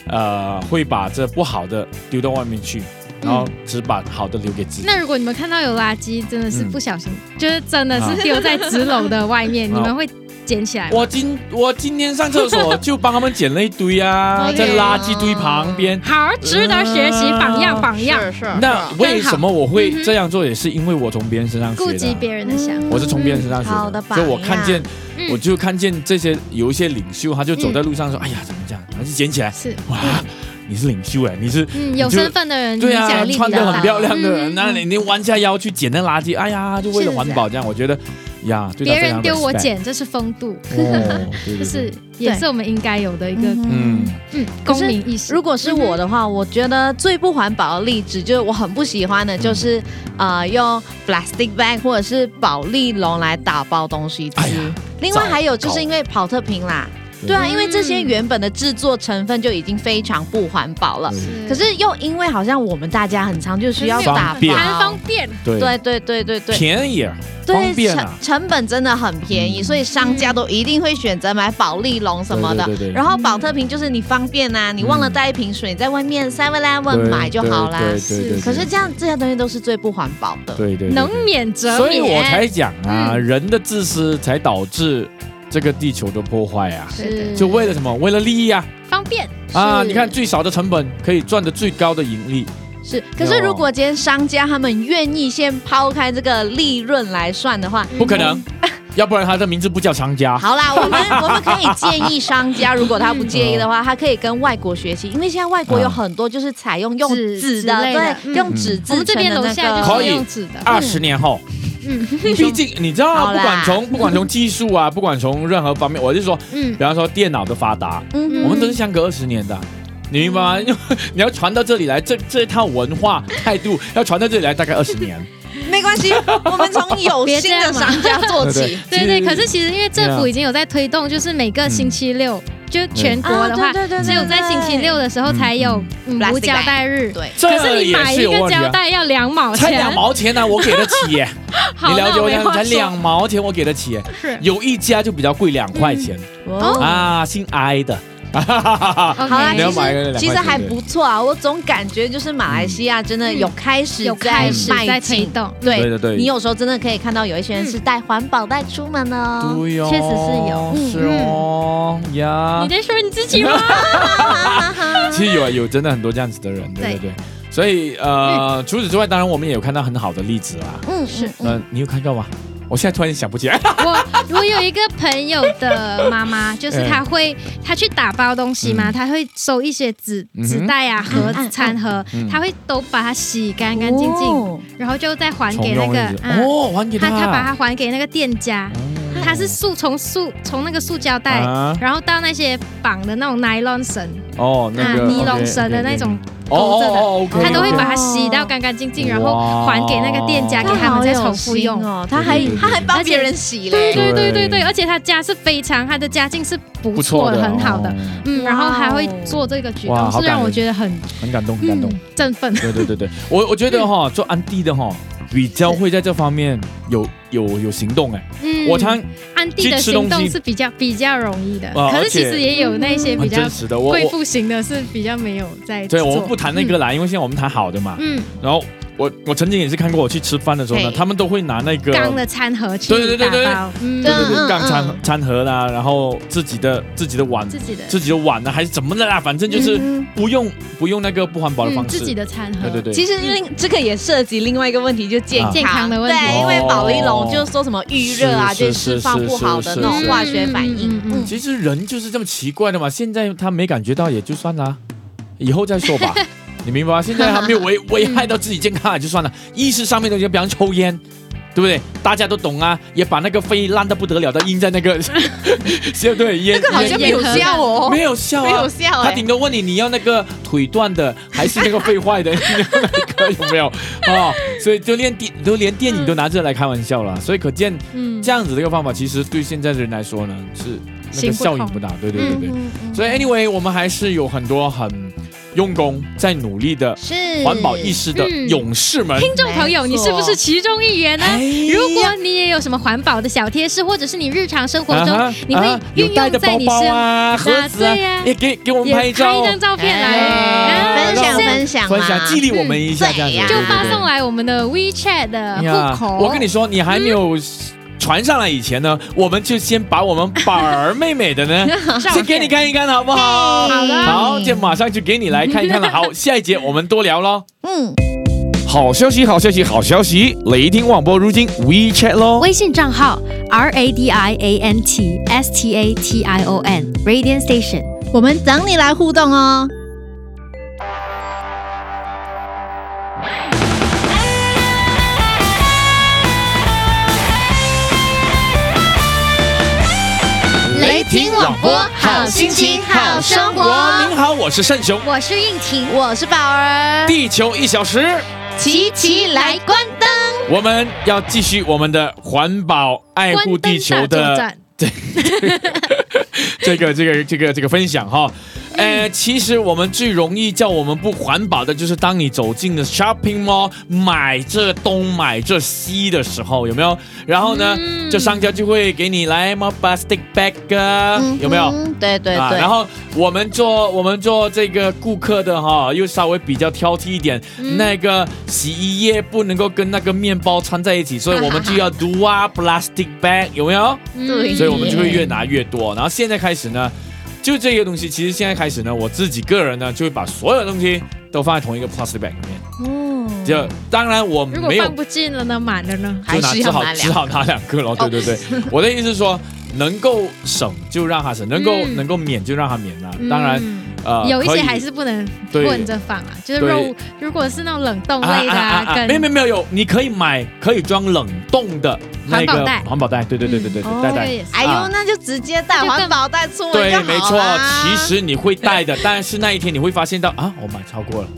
[SPEAKER 2] 呃，会把这不好的丢到外面去，然后只把好的留给自己。
[SPEAKER 3] 嗯那如果你们看到有垃圾，真的是
[SPEAKER 2] 嗯
[SPEAKER 3] 不小心，就是真的是丢在纸篓的外面，你
[SPEAKER 2] 啊
[SPEAKER 3] 们会捡起来吗？
[SPEAKER 2] 我今我今天上厕
[SPEAKER 3] (laughs)
[SPEAKER 2] 所就帮他们捡了一堆啊，
[SPEAKER 1] OK
[SPEAKER 2] 在垃圾堆旁边。
[SPEAKER 3] 好，值得学习，
[SPEAKER 2] 啊
[SPEAKER 3] 榜样榜样，
[SPEAKER 1] 是
[SPEAKER 2] 那为什么我
[SPEAKER 3] 嗯
[SPEAKER 2] 会
[SPEAKER 3] 哼
[SPEAKER 2] 这样做，也是因为我从别人身上
[SPEAKER 3] 顾
[SPEAKER 2] 学的
[SPEAKER 3] 及
[SPEAKER 2] 啊。
[SPEAKER 3] 别人的想法。
[SPEAKER 2] 我是从别人身上学
[SPEAKER 1] 嗯好的
[SPEAKER 2] 所以我
[SPEAKER 1] 榜样
[SPEAKER 2] 看见，
[SPEAKER 3] 嗯
[SPEAKER 2] 我就看见这些有一些领袖，他就走在路上说：“哎呀，怎么这样？”然后就捡起来，
[SPEAKER 3] 是，
[SPEAKER 2] 哇，你是领袖哎，你是
[SPEAKER 3] 嗯，有
[SPEAKER 2] 你就
[SPEAKER 3] 身份的人
[SPEAKER 2] 对
[SPEAKER 3] 影
[SPEAKER 2] 啊，
[SPEAKER 3] 响力
[SPEAKER 2] 穿
[SPEAKER 3] 比较
[SPEAKER 2] 的很
[SPEAKER 3] 大。
[SPEAKER 2] 漂亮的，
[SPEAKER 3] 嗯
[SPEAKER 2] 那你你弯下腰去捡那垃圾，哎呀，就为了环保这样，我觉得呀，对他
[SPEAKER 3] 啊别
[SPEAKER 2] 非
[SPEAKER 3] 人
[SPEAKER 2] 常
[SPEAKER 3] 丢我
[SPEAKER 2] respect，
[SPEAKER 3] 捡，这是风度，
[SPEAKER 2] 哦，
[SPEAKER 3] (laughs)
[SPEAKER 2] 对对
[SPEAKER 3] 这
[SPEAKER 2] 对
[SPEAKER 3] 是也是我们应该有的一个
[SPEAKER 2] 嗯，
[SPEAKER 3] 嗯
[SPEAKER 1] 可
[SPEAKER 3] 公
[SPEAKER 1] 是
[SPEAKER 3] 民意识。
[SPEAKER 1] 如果是我的话，我觉得最不环保的例子就是我很不喜欢的，就是、呃用 plastic bag 或者是保利龙来打包东西吃。
[SPEAKER 2] 哎呀
[SPEAKER 1] 另外
[SPEAKER 2] 糟
[SPEAKER 1] 还有就是
[SPEAKER 2] 糕
[SPEAKER 1] 因为跑特瓶啦，对啊，
[SPEAKER 3] 嗯
[SPEAKER 1] 因为这些原本的制作成分就已经非常不环保了。
[SPEAKER 2] 嗯
[SPEAKER 1] 可是又因为好像我们大家很常就需要
[SPEAKER 2] 方
[SPEAKER 1] 打
[SPEAKER 2] 便啊
[SPEAKER 3] 谈
[SPEAKER 1] 包
[SPEAKER 3] 方，便，
[SPEAKER 2] 对
[SPEAKER 1] 对对对对对，
[SPEAKER 2] 便宜啊，
[SPEAKER 1] 对，
[SPEAKER 2] 方便
[SPEAKER 1] 成
[SPEAKER 2] 啊
[SPEAKER 1] 成本真的很便宜，
[SPEAKER 2] 嗯
[SPEAKER 1] 所以商家都一定会选择买保利龙什么的
[SPEAKER 2] 对对对。对
[SPEAKER 1] 然后保特瓶就是你方便呐、你忘了带一瓶水，你在外面 Seven Eleven 买就好啦。
[SPEAKER 2] 对对对对，
[SPEAKER 1] 可是这样这些东西都是最不环保的。
[SPEAKER 2] 对对，对
[SPEAKER 3] 能免则免。
[SPEAKER 2] 所以我才讲啊，
[SPEAKER 3] 嗯
[SPEAKER 2] 人的自私才导致这个地球的破坏啊，
[SPEAKER 3] 是
[SPEAKER 2] 就为了什么？为了利益啊
[SPEAKER 3] 嗯方便，
[SPEAKER 2] 啊！
[SPEAKER 1] 是
[SPEAKER 2] 你看最少的成本可以赚得最高的盈利，
[SPEAKER 3] 嗯
[SPEAKER 1] 是，可是如果今天商家他们愿意先抛开这个利润来算的话，
[SPEAKER 2] 不可
[SPEAKER 3] (laughs)
[SPEAKER 2] 能，
[SPEAKER 3] 嗯
[SPEAKER 2] 要不然他的名字不叫商家。
[SPEAKER 1] 好啦，我们我们可以建议商家，如果他不介意的话，他可以跟外国学习，因为现在外国有很多就是采用用
[SPEAKER 3] 纸
[SPEAKER 1] 纸
[SPEAKER 3] 之
[SPEAKER 1] 的，
[SPEAKER 3] 类的嗯
[SPEAKER 1] 对，用纸制
[SPEAKER 3] 我们这
[SPEAKER 1] 成
[SPEAKER 3] 边
[SPEAKER 1] 的
[SPEAKER 3] 楼
[SPEAKER 1] 那
[SPEAKER 3] 下
[SPEAKER 1] 个
[SPEAKER 3] 就
[SPEAKER 2] 可
[SPEAKER 3] 是
[SPEAKER 2] 以
[SPEAKER 3] 用纸的。
[SPEAKER 2] 二十年后，
[SPEAKER 3] 嗯
[SPEAKER 2] 毕竟 (laughs) 你知道
[SPEAKER 1] 好
[SPEAKER 2] 啊，
[SPEAKER 1] 啦
[SPEAKER 2] 不管从不管从技术啊， (laughs) 不管从任何方面，我就说，
[SPEAKER 3] 嗯
[SPEAKER 2] 比，方说电脑的发达，
[SPEAKER 1] 嗯哼
[SPEAKER 2] 我们都是相隔二十年的。你明白吗？因为
[SPEAKER 3] 嗯
[SPEAKER 2] (laughs) 你要传到这里来，这这一套文化态度要传到这里来，大概二十
[SPEAKER 3] (laughs)
[SPEAKER 2] 年。
[SPEAKER 1] 没关系，我们从有
[SPEAKER 3] 别这
[SPEAKER 1] 心的
[SPEAKER 3] 样嘛
[SPEAKER 1] 商家
[SPEAKER 2] (laughs)
[SPEAKER 1] 做起。
[SPEAKER 3] 对对，可是其实因为政府
[SPEAKER 2] 对啊
[SPEAKER 3] 已经有在推动，就是每个星期六，就全国
[SPEAKER 1] 啊
[SPEAKER 3] 的话，
[SPEAKER 1] 对对对对
[SPEAKER 3] 只有在星期六的时候才有嗯
[SPEAKER 1] Plastic
[SPEAKER 3] 无胶带日。
[SPEAKER 1] 对，
[SPEAKER 3] 可
[SPEAKER 2] 这
[SPEAKER 3] 是你
[SPEAKER 2] 也
[SPEAKER 3] 买
[SPEAKER 2] 是
[SPEAKER 3] 一
[SPEAKER 2] 有
[SPEAKER 3] 个
[SPEAKER 2] 问题
[SPEAKER 3] 胶
[SPEAKER 2] 啊，
[SPEAKER 3] 带要两毛
[SPEAKER 2] 才
[SPEAKER 3] 钱，
[SPEAKER 2] 两毛钱呢、我给得起耶。
[SPEAKER 3] (laughs) 好，
[SPEAKER 2] 啊你了解
[SPEAKER 3] 那
[SPEAKER 2] 我
[SPEAKER 3] 我没
[SPEAKER 2] 讲，
[SPEAKER 3] 话
[SPEAKER 2] 才
[SPEAKER 3] 说
[SPEAKER 2] 两毛钱，我给得起耶。
[SPEAKER 3] 是嗯
[SPEAKER 2] 有一家就比较贵，两块钱、
[SPEAKER 1] 哦
[SPEAKER 2] 啊，姓 I 的，
[SPEAKER 3] OK
[SPEAKER 1] 好啦，啊
[SPEAKER 2] 你要买个两
[SPEAKER 1] 其实
[SPEAKER 2] 块
[SPEAKER 1] 其实
[SPEAKER 2] 钱
[SPEAKER 1] 还
[SPEAKER 2] 对
[SPEAKER 1] 不错啊，我总感觉就是马来西亚真的有开始
[SPEAKER 3] 有开始在
[SPEAKER 1] 迈
[SPEAKER 3] 推
[SPEAKER 1] 进。
[SPEAKER 3] 动，
[SPEAKER 2] 对
[SPEAKER 1] 对
[SPEAKER 2] 对对
[SPEAKER 1] 你有时候真的可以看到有一些人
[SPEAKER 3] 嗯
[SPEAKER 1] 是带环保袋出门哦。
[SPEAKER 2] 对哦，
[SPEAKER 3] 确实是有
[SPEAKER 2] 是哦呀
[SPEAKER 3] 你。在说你
[SPEAKER 2] (laughs)
[SPEAKER 3] 自己吗？
[SPEAKER 2] 嗯
[SPEAKER 1] 嗯
[SPEAKER 2] 其实有啊有真的很多这样子的人，对
[SPEAKER 3] 对
[SPEAKER 2] 对
[SPEAKER 3] 嗯
[SPEAKER 2] 对。所以呃，除此之外，当然我们也有看到很好的例子啦。
[SPEAKER 1] 嗯，是
[SPEAKER 2] 嗯、你有看到吗？我现在突然想不起来。
[SPEAKER 3] 我我有一个朋友的妈妈，就是她会，她去打包东西嘛，
[SPEAKER 2] 嗯
[SPEAKER 3] 她会收一些纸
[SPEAKER 2] 嗯哼
[SPEAKER 3] 纸袋啊、盒
[SPEAKER 1] 嗯嗯
[SPEAKER 3] 子、餐盒
[SPEAKER 2] 嗯，
[SPEAKER 3] 她会都把它洗干干净净，
[SPEAKER 1] 哦
[SPEAKER 3] 然后就再还
[SPEAKER 2] 重
[SPEAKER 3] 给那
[SPEAKER 2] 用
[SPEAKER 3] 个
[SPEAKER 2] 日子
[SPEAKER 3] 啊，
[SPEAKER 2] 哦，还给
[SPEAKER 3] 她她把
[SPEAKER 2] 他
[SPEAKER 3] 它还给那个店家，
[SPEAKER 2] 哦
[SPEAKER 3] 她是塑从塑从那个塑胶袋，
[SPEAKER 2] 啊
[SPEAKER 3] 然后到那些绑的那种 nylon 绳
[SPEAKER 2] 哦那
[SPEAKER 3] 啊、
[SPEAKER 2] 个
[SPEAKER 3] 尼龙
[SPEAKER 2] OK，
[SPEAKER 3] 绳的
[SPEAKER 2] OK，OK
[SPEAKER 3] 那种
[SPEAKER 2] 哦
[SPEAKER 3] 勾着的
[SPEAKER 2] 哦，OK，
[SPEAKER 3] 她都会
[SPEAKER 2] OK
[SPEAKER 3] 把它洗到干干净净，然后
[SPEAKER 2] 哇
[SPEAKER 3] 还给那个店家，给
[SPEAKER 1] 他
[SPEAKER 3] 他们
[SPEAKER 1] 好
[SPEAKER 3] 再
[SPEAKER 1] 有
[SPEAKER 3] 重复用
[SPEAKER 1] 心。哦，他还
[SPEAKER 2] 对对对
[SPEAKER 1] 他还帮
[SPEAKER 3] 而且
[SPEAKER 1] 别人洗嘞。
[SPEAKER 3] 对对对对对，
[SPEAKER 2] 对
[SPEAKER 3] 而且他家是非常，他的家境是不
[SPEAKER 2] 不
[SPEAKER 3] 错
[SPEAKER 2] 错
[SPEAKER 3] 的，
[SPEAKER 2] 的，
[SPEAKER 3] 很好的。
[SPEAKER 2] 哦
[SPEAKER 3] 嗯，
[SPEAKER 1] 哇哦
[SPEAKER 3] 然后还会做这个举动，
[SPEAKER 2] 哇好
[SPEAKER 3] 是让
[SPEAKER 2] 感
[SPEAKER 3] 我
[SPEAKER 2] 人
[SPEAKER 3] 觉得很
[SPEAKER 2] 很感动，很感动
[SPEAKER 3] 嗯。振奋。
[SPEAKER 2] 对对对对，我我觉得哈，做安迪的哈，比较会在这方面有有有行动哎。
[SPEAKER 3] 嗯，
[SPEAKER 2] 我常
[SPEAKER 3] 安迪的
[SPEAKER 2] 去吃
[SPEAKER 3] 行
[SPEAKER 2] 东
[SPEAKER 3] 动
[SPEAKER 2] 西
[SPEAKER 3] 是比较比较容易的，
[SPEAKER 2] 哇
[SPEAKER 3] 可是
[SPEAKER 2] 而
[SPEAKER 3] 其
[SPEAKER 2] 且
[SPEAKER 3] 实也有那
[SPEAKER 1] 嗯
[SPEAKER 3] 些比
[SPEAKER 2] 很
[SPEAKER 3] 较
[SPEAKER 2] 真实的，我
[SPEAKER 3] 贵
[SPEAKER 2] 我
[SPEAKER 3] 妇型的是比较没有在
[SPEAKER 2] 对，我
[SPEAKER 3] 做
[SPEAKER 2] 们不谈那个啦，因为现在我们谈好的嘛。
[SPEAKER 3] 嗯，
[SPEAKER 2] 然后我我曾经也是看过，我去吃饭的时候呢，
[SPEAKER 1] 嘿
[SPEAKER 2] 他们都会拿那个
[SPEAKER 3] 钢的餐盒去
[SPEAKER 2] 啊对对对对
[SPEAKER 3] 打包，嗯
[SPEAKER 2] 对对
[SPEAKER 1] 嗯嗯
[SPEAKER 2] 对钢餐
[SPEAKER 1] 嗯
[SPEAKER 2] 餐盒啦，然后自己的自己的碗、
[SPEAKER 3] 自己的，
[SPEAKER 2] 自己的碗呢，还是怎么的啦，反正就是
[SPEAKER 1] 嗯
[SPEAKER 2] 不用不用那个不环保的
[SPEAKER 3] 嗯
[SPEAKER 2] 方式。
[SPEAKER 3] 自己的餐盒，
[SPEAKER 2] 对对对，
[SPEAKER 1] 其实另这个也涉及另外一个问题，就健
[SPEAKER 2] 啊
[SPEAKER 1] 健
[SPEAKER 3] 健康的问题
[SPEAKER 1] 对，因为保利龙就是说什么预热啊，
[SPEAKER 2] 哦是
[SPEAKER 1] 对
[SPEAKER 2] 是
[SPEAKER 1] 释放不好的
[SPEAKER 2] 是是
[SPEAKER 1] 那种化学反应
[SPEAKER 3] 嗯。嗯嗯
[SPEAKER 1] 嗯，
[SPEAKER 2] 其实人就是这么奇怪的嘛，现在他没感觉到也就算啦，以后再
[SPEAKER 1] (laughs)
[SPEAKER 2] 说吧。你明白吗？现在还没有危危害到自己健康也就算了，意识上面的东西，比方抽烟，对不对？大家都懂啊，也把那个肺烂的不得了的印在那
[SPEAKER 1] (laughs)
[SPEAKER 2] 个，对对？烟
[SPEAKER 1] 这个好像没有
[SPEAKER 3] 烟盒
[SPEAKER 1] 效哦，
[SPEAKER 2] 没有效
[SPEAKER 1] 没
[SPEAKER 2] 啊
[SPEAKER 1] 有。效
[SPEAKER 2] 他
[SPEAKER 1] 哎。
[SPEAKER 2] 顶多问你你要那个腿断的还是那个肺坏的， (laughs) 你要那个有没有？哦，所以就连电都连电影都拿这来开玩笑了，所以可见
[SPEAKER 3] 嗯
[SPEAKER 2] 这样子的一个方法，其实对现在的人来说呢，是那
[SPEAKER 3] 行
[SPEAKER 2] 个
[SPEAKER 3] 不
[SPEAKER 2] 效应
[SPEAKER 3] 通
[SPEAKER 2] 不大。对对对对。
[SPEAKER 1] 嗯嗯
[SPEAKER 2] 所以 anyway，我们还是有很多很用功在努力的
[SPEAKER 1] 是
[SPEAKER 2] 环保意识的
[SPEAKER 3] 嗯
[SPEAKER 2] 勇士们。
[SPEAKER 3] 听啊众朋友，
[SPEAKER 1] 没
[SPEAKER 3] 你
[SPEAKER 1] 错
[SPEAKER 3] 是不是其中一员呢？
[SPEAKER 2] 哎
[SPEAKER 3] 如果你也有什么环保的小贴士，或者是你日常生活中
[SPEAKER 2] 啊哈
[SPEAKER 3] 你会
[SPEAKER 2] 啊
[SPEAKER 3] 运
[SPEAKER 2] 有带
[SPEAKER 3] 用
[SPEAKER 2] 的
[SPEAKER 3] 在
[SPEAKER 2] 包
[SPEAKER 3] 你
[SPEAKER 2] 包
[SPEAKER 3] 身，
[SPEAKER 2] 啊、盒子
[SPEAKER 3] 对呀
[SPEAKER 2] 啊，也给给我们
[SPEAKER 3] 也
[SPEAKER 2] 拍一
[SPEAKER 3] 拍一
[SPEAKER 2] 张
[SPEAKER 3] 张照片
[SPEAKER 1] 哎分
[SPEAKER 3] 来，然
[SPEAKER 1] 享
[SPEAKER 3] 后
[SPEAKER 1] 分享
[SPEAKER 2] 分享
[SPEAKER 1] 嘛
[SPEAKER 2] 激励我们一下，这样子
[SPEAKER 1] 嗯
[SPEAKER 3] 就
[SPEAKER 2] 对对
[SPEAKER 3] 发
[SPEAKER 2] 对
[SPEAKER 3] 送来我们的 WeChat 的户口。嗯
[SPEAKER 2] 我跟你说，你还没有传上来以前呢，我们就先把我们宝儿妹妹的呢，
[SPEAKER 3] (laughs)
[SPEAKER 2] 先给你看一看，好不好？
[SPEAKER 1] 嘿好的
[SPEAKER 2] 好，就马上就给你来看一看了。好，下一节我们多聊喽。
[SPEAKER 1] 嗯，
[SPEAKER 2] 好消息，好消息，好消息！雷霆网播如今 WeChat 喽。
[SPEAKER 4] 微信账号 R A D I A N T S T A T I O N Radiant Station。
[SPEAKER 1] 我们等你来互动哦。雷霆网播好心情好生活
[SPEAKER 2] 您好，我是盛雄。
[SPEAKER 1] 我是应婷，我是宝儿，
[SPEAKER 2] 地球一小时，
[SPEAKER 1] 齐齐来关灯。
[SPEAKER 2] 我们要继续我们的环保爱护地球
[SPEAKER 3] 关灯大
[SPEAKER 2] 的
[SPEAKER 3] 作战
[SPEAKER 2] 这个这个这个这个分享哈。呃，其实我们最容易叫我们不环保的，就是当你走进了 shopping mall 买这东买这西的时候，有没有？然后呢，
[SPEAKER 3] 嗯
[SPEAKER 2] 这商家就会给你来么 plastic bag，、啊
[SPEAKER 1] 嗯
[SPEAKER 2] 有没有？
[SPEAKER 1] 哼？对对
[SPEAKER 2] 啊，
[SPEAKER 1] 对。
[SPEAKER 2] 然后我们做我们做这个顾客的哈，又稍微比较挑剔一点，
[SPEAKER 1] 嗯
[SPEAKER 2] 那个洗衣液不能够跟那个面包掺在一起，所以我们就要 do 啊 plastic bag，有没有？
[SPEAKER 1] 对
[SPEAKER 2] 所以我们就会越拿越多。然后现在开始呢，就这个东西，其实现在开始呢，我自己个人呢就会把所有东西都放在同一个 plastic bag 里面。
[SPEAKER 1] 嗯
[SPEAKER 2] 就当然我
[SPEAKER 3] 如果
[SPEAKER 2] 没有
[SPEAKER 3] 放不进了呢，满了呢？
[SPEAKER 2] 就
[SPEAKER 1] 还是
[SPEAKER 2] 只
[SPEAKER 1] 要
[SPEAKER 2] 好
[SPEAKER 1] 拿
[SPEAKER 2] 只
[SPEAKER 1] 两。
[SPEAKER 2] 好拿两个
[SPEAKER 3] 哦
[SPEAKER 2] 咯。对对对，我的意思是说，能够省就让它省，能够、
[SPEAKER 3] 嗯
[SPEAKER 2] 能够免就让它免啦、当然，呃，
[SPEAKER 3] 有一
[SPEAKER 2] 可以
[SPEAKER 3] 些还是不能
[SPEAKER 2] 对
[SPEAKER 3] 混着放啊，就是
[SPEAKER 2] 对
[SPEAKER 3] 肉，如果是那种冷冻类的啊，
[SPEAKER 2] 没有没
[SPEAKER 3] 跟
[SPEAKER 2] 有没有有，你可以买可以装冷冻的那
[SPEAKER 3] 环
[SPEAKER 2] 个
[SPEAKER 3] 保袋
[SPEAKER 2] 环保袋，对对对对对
[SPEAKER 1] 嗯
[SPEAKER 2] 对，袋
[SPEAKER 3] 这个
[SPEAKER 2] 袋。
[SPEAKER 3] 哦也是
[SPEAKER 1] 哎
[SPEAKER 2] 啊
[SPEAKER 1] 呦，那就直接带
[SPEAKER 3] 就
[SPEAKER 1] 环
[SPEAKER 3] 更
[SPEAKER 1] 保袋出门
[SPEAKER 2] 对
[SPEAKER 1] 就，好
[SPEAKER 2] 没错，
[SPEAKER 1] 啦
[SPEAKER 2] 其实你会带的，但是那一天你会发现到啊，我买超过了。。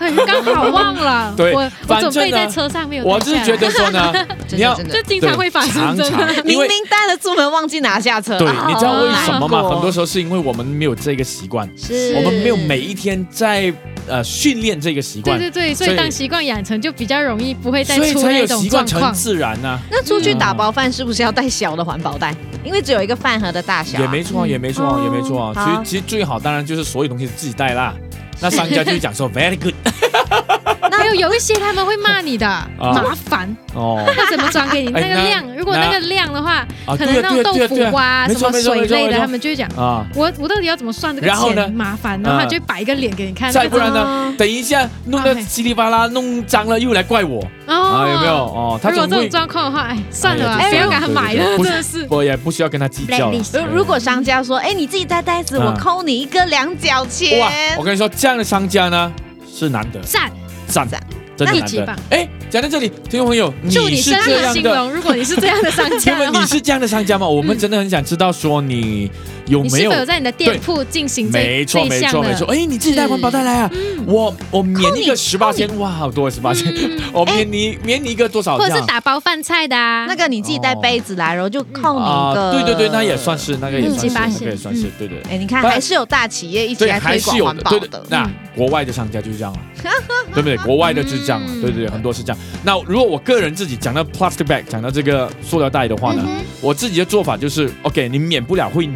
[SPEAKER 3] 哎刚好忘
[SPEAKER 2] (laughs)
[SPEAKER 3] 了
[SPEAKER 2] 对
[SPEAKER 3] 我我
[SPEAKER 2] 反
[SPEAKER 3] 准
[SPEAKER 2] 正
[SPEAKER 3] 备在
[SPEAKER 2] 呢
[SPEAKER 3] 车上没有带下来。
[SPEAKER 2] 我是觉
[SPEAKER 3] (laughs)
[SPEAKER 2] 得说呢，
[SPEAKER 1] 真
[SPEAKER 2] 你要
[SPEAKER 1] 的真的
[SPEAKER 3] 这经常会发生，
[SPEAKER 2] 对
[SPEAKER 3] 真
[SPEAKER 2] 常
[SPEAKER 3] 的。
[SPEAKER 2] 常因
[SPEAKER 1] 明
[SPEAKER 2] 为
[SPEAKER 1] 明带了出门忘记拿下车。
[SPEAKER 2] 对，
[SPEAKER 1] 啊
[SPEAKER 2] 你知道为什么吗？
[SPEAKER 1] 好
[SPEAKER 3] 哦
[SPEAKER 1] 难过
[SPEAKER 2] 很多时候是因为我们没有这个习惯，
[SPEAKER 1] 是
[SPEAKER 2] 我们没有每一天在呃训练这个习
[SPEAKER 3] 对
[SPEAKER 2] 惯，
[SPEAKER 3] 对对，所
[SPEAKER 2] 所
[SPEAKER 3] 以
[SPEAKER 2] 以
[SPEAKER 3] 当习惯养成，就比较容易不会再
[SPEAKER 2] 所以
[SPEAKER 3] 出
[SPEAKER 2] 才
[SPEAKER 3] 那
[SPEAKER 2] 有
[SPEAKER 3] 种
[SPEAKER 2] 习
[SPEAKER 3] 状
[SPEAKER 2] 惯成
[SPEAKER 3] 况。
[SPEAKER 2] 自然呐。
[SPEAKER 1] 那出去
[SPEAKER 2] 嗯
[SPEAKER 1] 打包饭是不是要带小的环保袋？因为只有一个饭盒的大小啊。
[SPEAKER 2] 也没错，也没错，
[SPEAKER 1] 嗯
[SPEAKER 2] 也没错。其
[SPEAKER 1] 好
[SPEAKER 2] 实其实最好当然就是所有东西自己带啦。那商家就会讲
[SPEAKER 1] (laughs)
[SPEAKER 2] 说 very good
[SPEAKER 3] (laughs) 还有有一些他们会骂你的，
[SPEAKER 2] (laughs)
[SPEAKER 3] 麻烦，
[SPEAKER 2] 哦
[SPEAKER 3] 他怎么转给你那
[SPEAKER 2] 啊哎
[SPEAKER 3] 个
[SPEAKER 2] 那
[SPEAKER 3] 量？如果那个量的话，
[SPEAKER 2] 啊，
[SPEAKER 3] 可
[SPEAKER 2] 对
[SPEAKER 3] 能
[SPEAKER 2] 啊
[SPEAKER 3] 那
[SPEAKER 2] 对
[SPEAKER 3] 种
[SPEAKER 2] 啊对啊
[SPEAKER 3] 豆
[SPEAKER 2] 对
[SPEAKER 3] 腐
[SPEAKER 2] 啊
[SPEAKER 3] 啊、
[SPEAKER 2] 没
[SPEAKER 3] 什
[SPEAKER 2] 错
[SPEAKER 3] 么
[SPEAKER 2] 没错
[SPEAKER 3] 水
[SPEAKER 2] 没错
[SPEAKER 3] 类
[SPEAKER 2] 没
[SPEAKER 3] 的，
[SPEAKER 2] 错
[SPEAKER 3] 他们就会讲
[SPEAKER 2] 啊。
[SPEAKER 3] 我我到底要怎么算这个
[SPEAKER 2] 然后呢啊
[SPEAKER 3] 钱？麻烦，然后他就会摆一个脸给你看，
[SPEAKER 2] 再不
[SPEAKER 3] 那
[SPEAKER 2] 然
[SPEAKER 1] 啊
[SPEAKER 2] 呢？等一下弄得
[SPEAKER 3] 哎
[SPEAKER 2] 稀里巴拉，弄脏了又来怪我
[SPEAKER 3] 个哦
[SPEAKER 2] 啊？有没有？？哦，他
[SPEAKER 3] 如果
[SPEAKER 2] 总
[SPEAKER 3] 这种
[SPEAKER 2] 会
[SPEAKER 3] 状况的话，哎，算了吧，
[SPEAKER 2] 哎呀
[SPEAKER 3] 不
[SPEAKER 2] 对
[SPEAKER 3] 要给他买
[SPEAKER 2] 对对
[SPEAKER 3] 了，
[SPEAKER 2] 对
[SPEAKER 3] 真的是。
[SPEAKER 2] 我也不需要跟他计较了。
[SPEAKER 1] 呃如如果商家说，哎，你自己带袋子，
[SPEAKER 2] 嗯
[SPEAKER 1] 我扣你一个两角
[SPEAKER 2] 哇，
[SPEAKER 1] 钱
[SPEAKER 2] 我。跟你说，这样的商家呢是难得，
[SPEAKER 3] 赞，
[SPEAKER 2] 赞
[SPEAKER 1] 赞，
[SPEAKER 2] 真的
[SPEAKER 3] 那
[SPEAKER 2] 难
[SPEAKER 3] 你举
[SPEAKER 2] 得
[SPEAKER 3] 吧。
[SPEAKER 2] 哎，讲到这里，听众朋友，你
[SPEAKER 3] 祝你
[SPEAKER 2] 是
[SPEAKER 3] 生
[SPEAKER 2] 这
[SPEAKER 3] 意
[SPEAKER 2] 样
[SPEAKER 3] 兴
[SPEAKER 2] 的，
[SPEAKER 3] 隆。如果你是这样的商
[SPEAKER 2] 请
[SPEAKER 3] 家的
[SPEAKER 2] 问你
[SPEAKER 3] 话，
[SPEAKER 2] 是这样的商家吗？我们真的很想知道，说你有
[SPEAKER 3] 你
[SPEAKER 2] 没
[SPEAKER 3] 是
[SPEAKER 2] 有
[SPEAKER 3] 否有在你的店铺进行这
[SPEAKER 2] 没错，
[SPEAKER 3] 这
[SPEAKER 2] 没
[SPEAKER 3] 一项嗯
[SPEAKER 2] 错，
[SPEAKER 3] 呢
[SPEAKER 2] 没错。哎，你自己带环保袋来啊！我我免一个十八千，哇，好多十八千！我免你免你一个多少？
[SPEAKER 3] 嗯哎或
[SPEAKER 2] 哦
[SPEAKER 3] 者
[SPEAKER 2] 这
[SPEAKER 3] 是
[SPEAKER 2] 样
[SPEAKER 3] 打包饭菜的啊，
[SPEAKER 1] 那个你自己带杯子来，然后就扣你一
[SPEAKER 2] 啊，
[SPEAKER 1] 个。
[SPEAKER 2] 对对对，那也算。是，那个也
[SPEAKER 3] 嗯
[SPEAKER 2] 算是，
[SPEAKER 3] 七八
[SPEAKER 2] 那
[SPEAKER 3] 千
[SPEAKER 2] 个也算是，对对。
[SPEAKER 1] 哎，你看，
[SPEAKER 2] 但
[SPEAKER 1] 还是有大企业一起
[SPEAKER 2] 对，
[SPEAKER 1] 来
[SPEAKER 2] 还
[SPEAKER 1] 推
[SPEAKER 2] 是
[SPEAKER 1] 广
[SPEAKER 2] 有
[SPEAKER 1] 环
[SPEAKER 2] 的，
[SPEAKER 1] 保
[SPEAKER 2] 对
[SPEAKER 1] 的。
[SPEAKER 2] 那国外的商家就是这样了， (laughs) 对不对？国外的就是这样了，对对对，很多是这样。那如果我个人自己讲到 plastic bag，讲到这个塑料袋的话呢，我自己的做法就是，OK，你免不了会。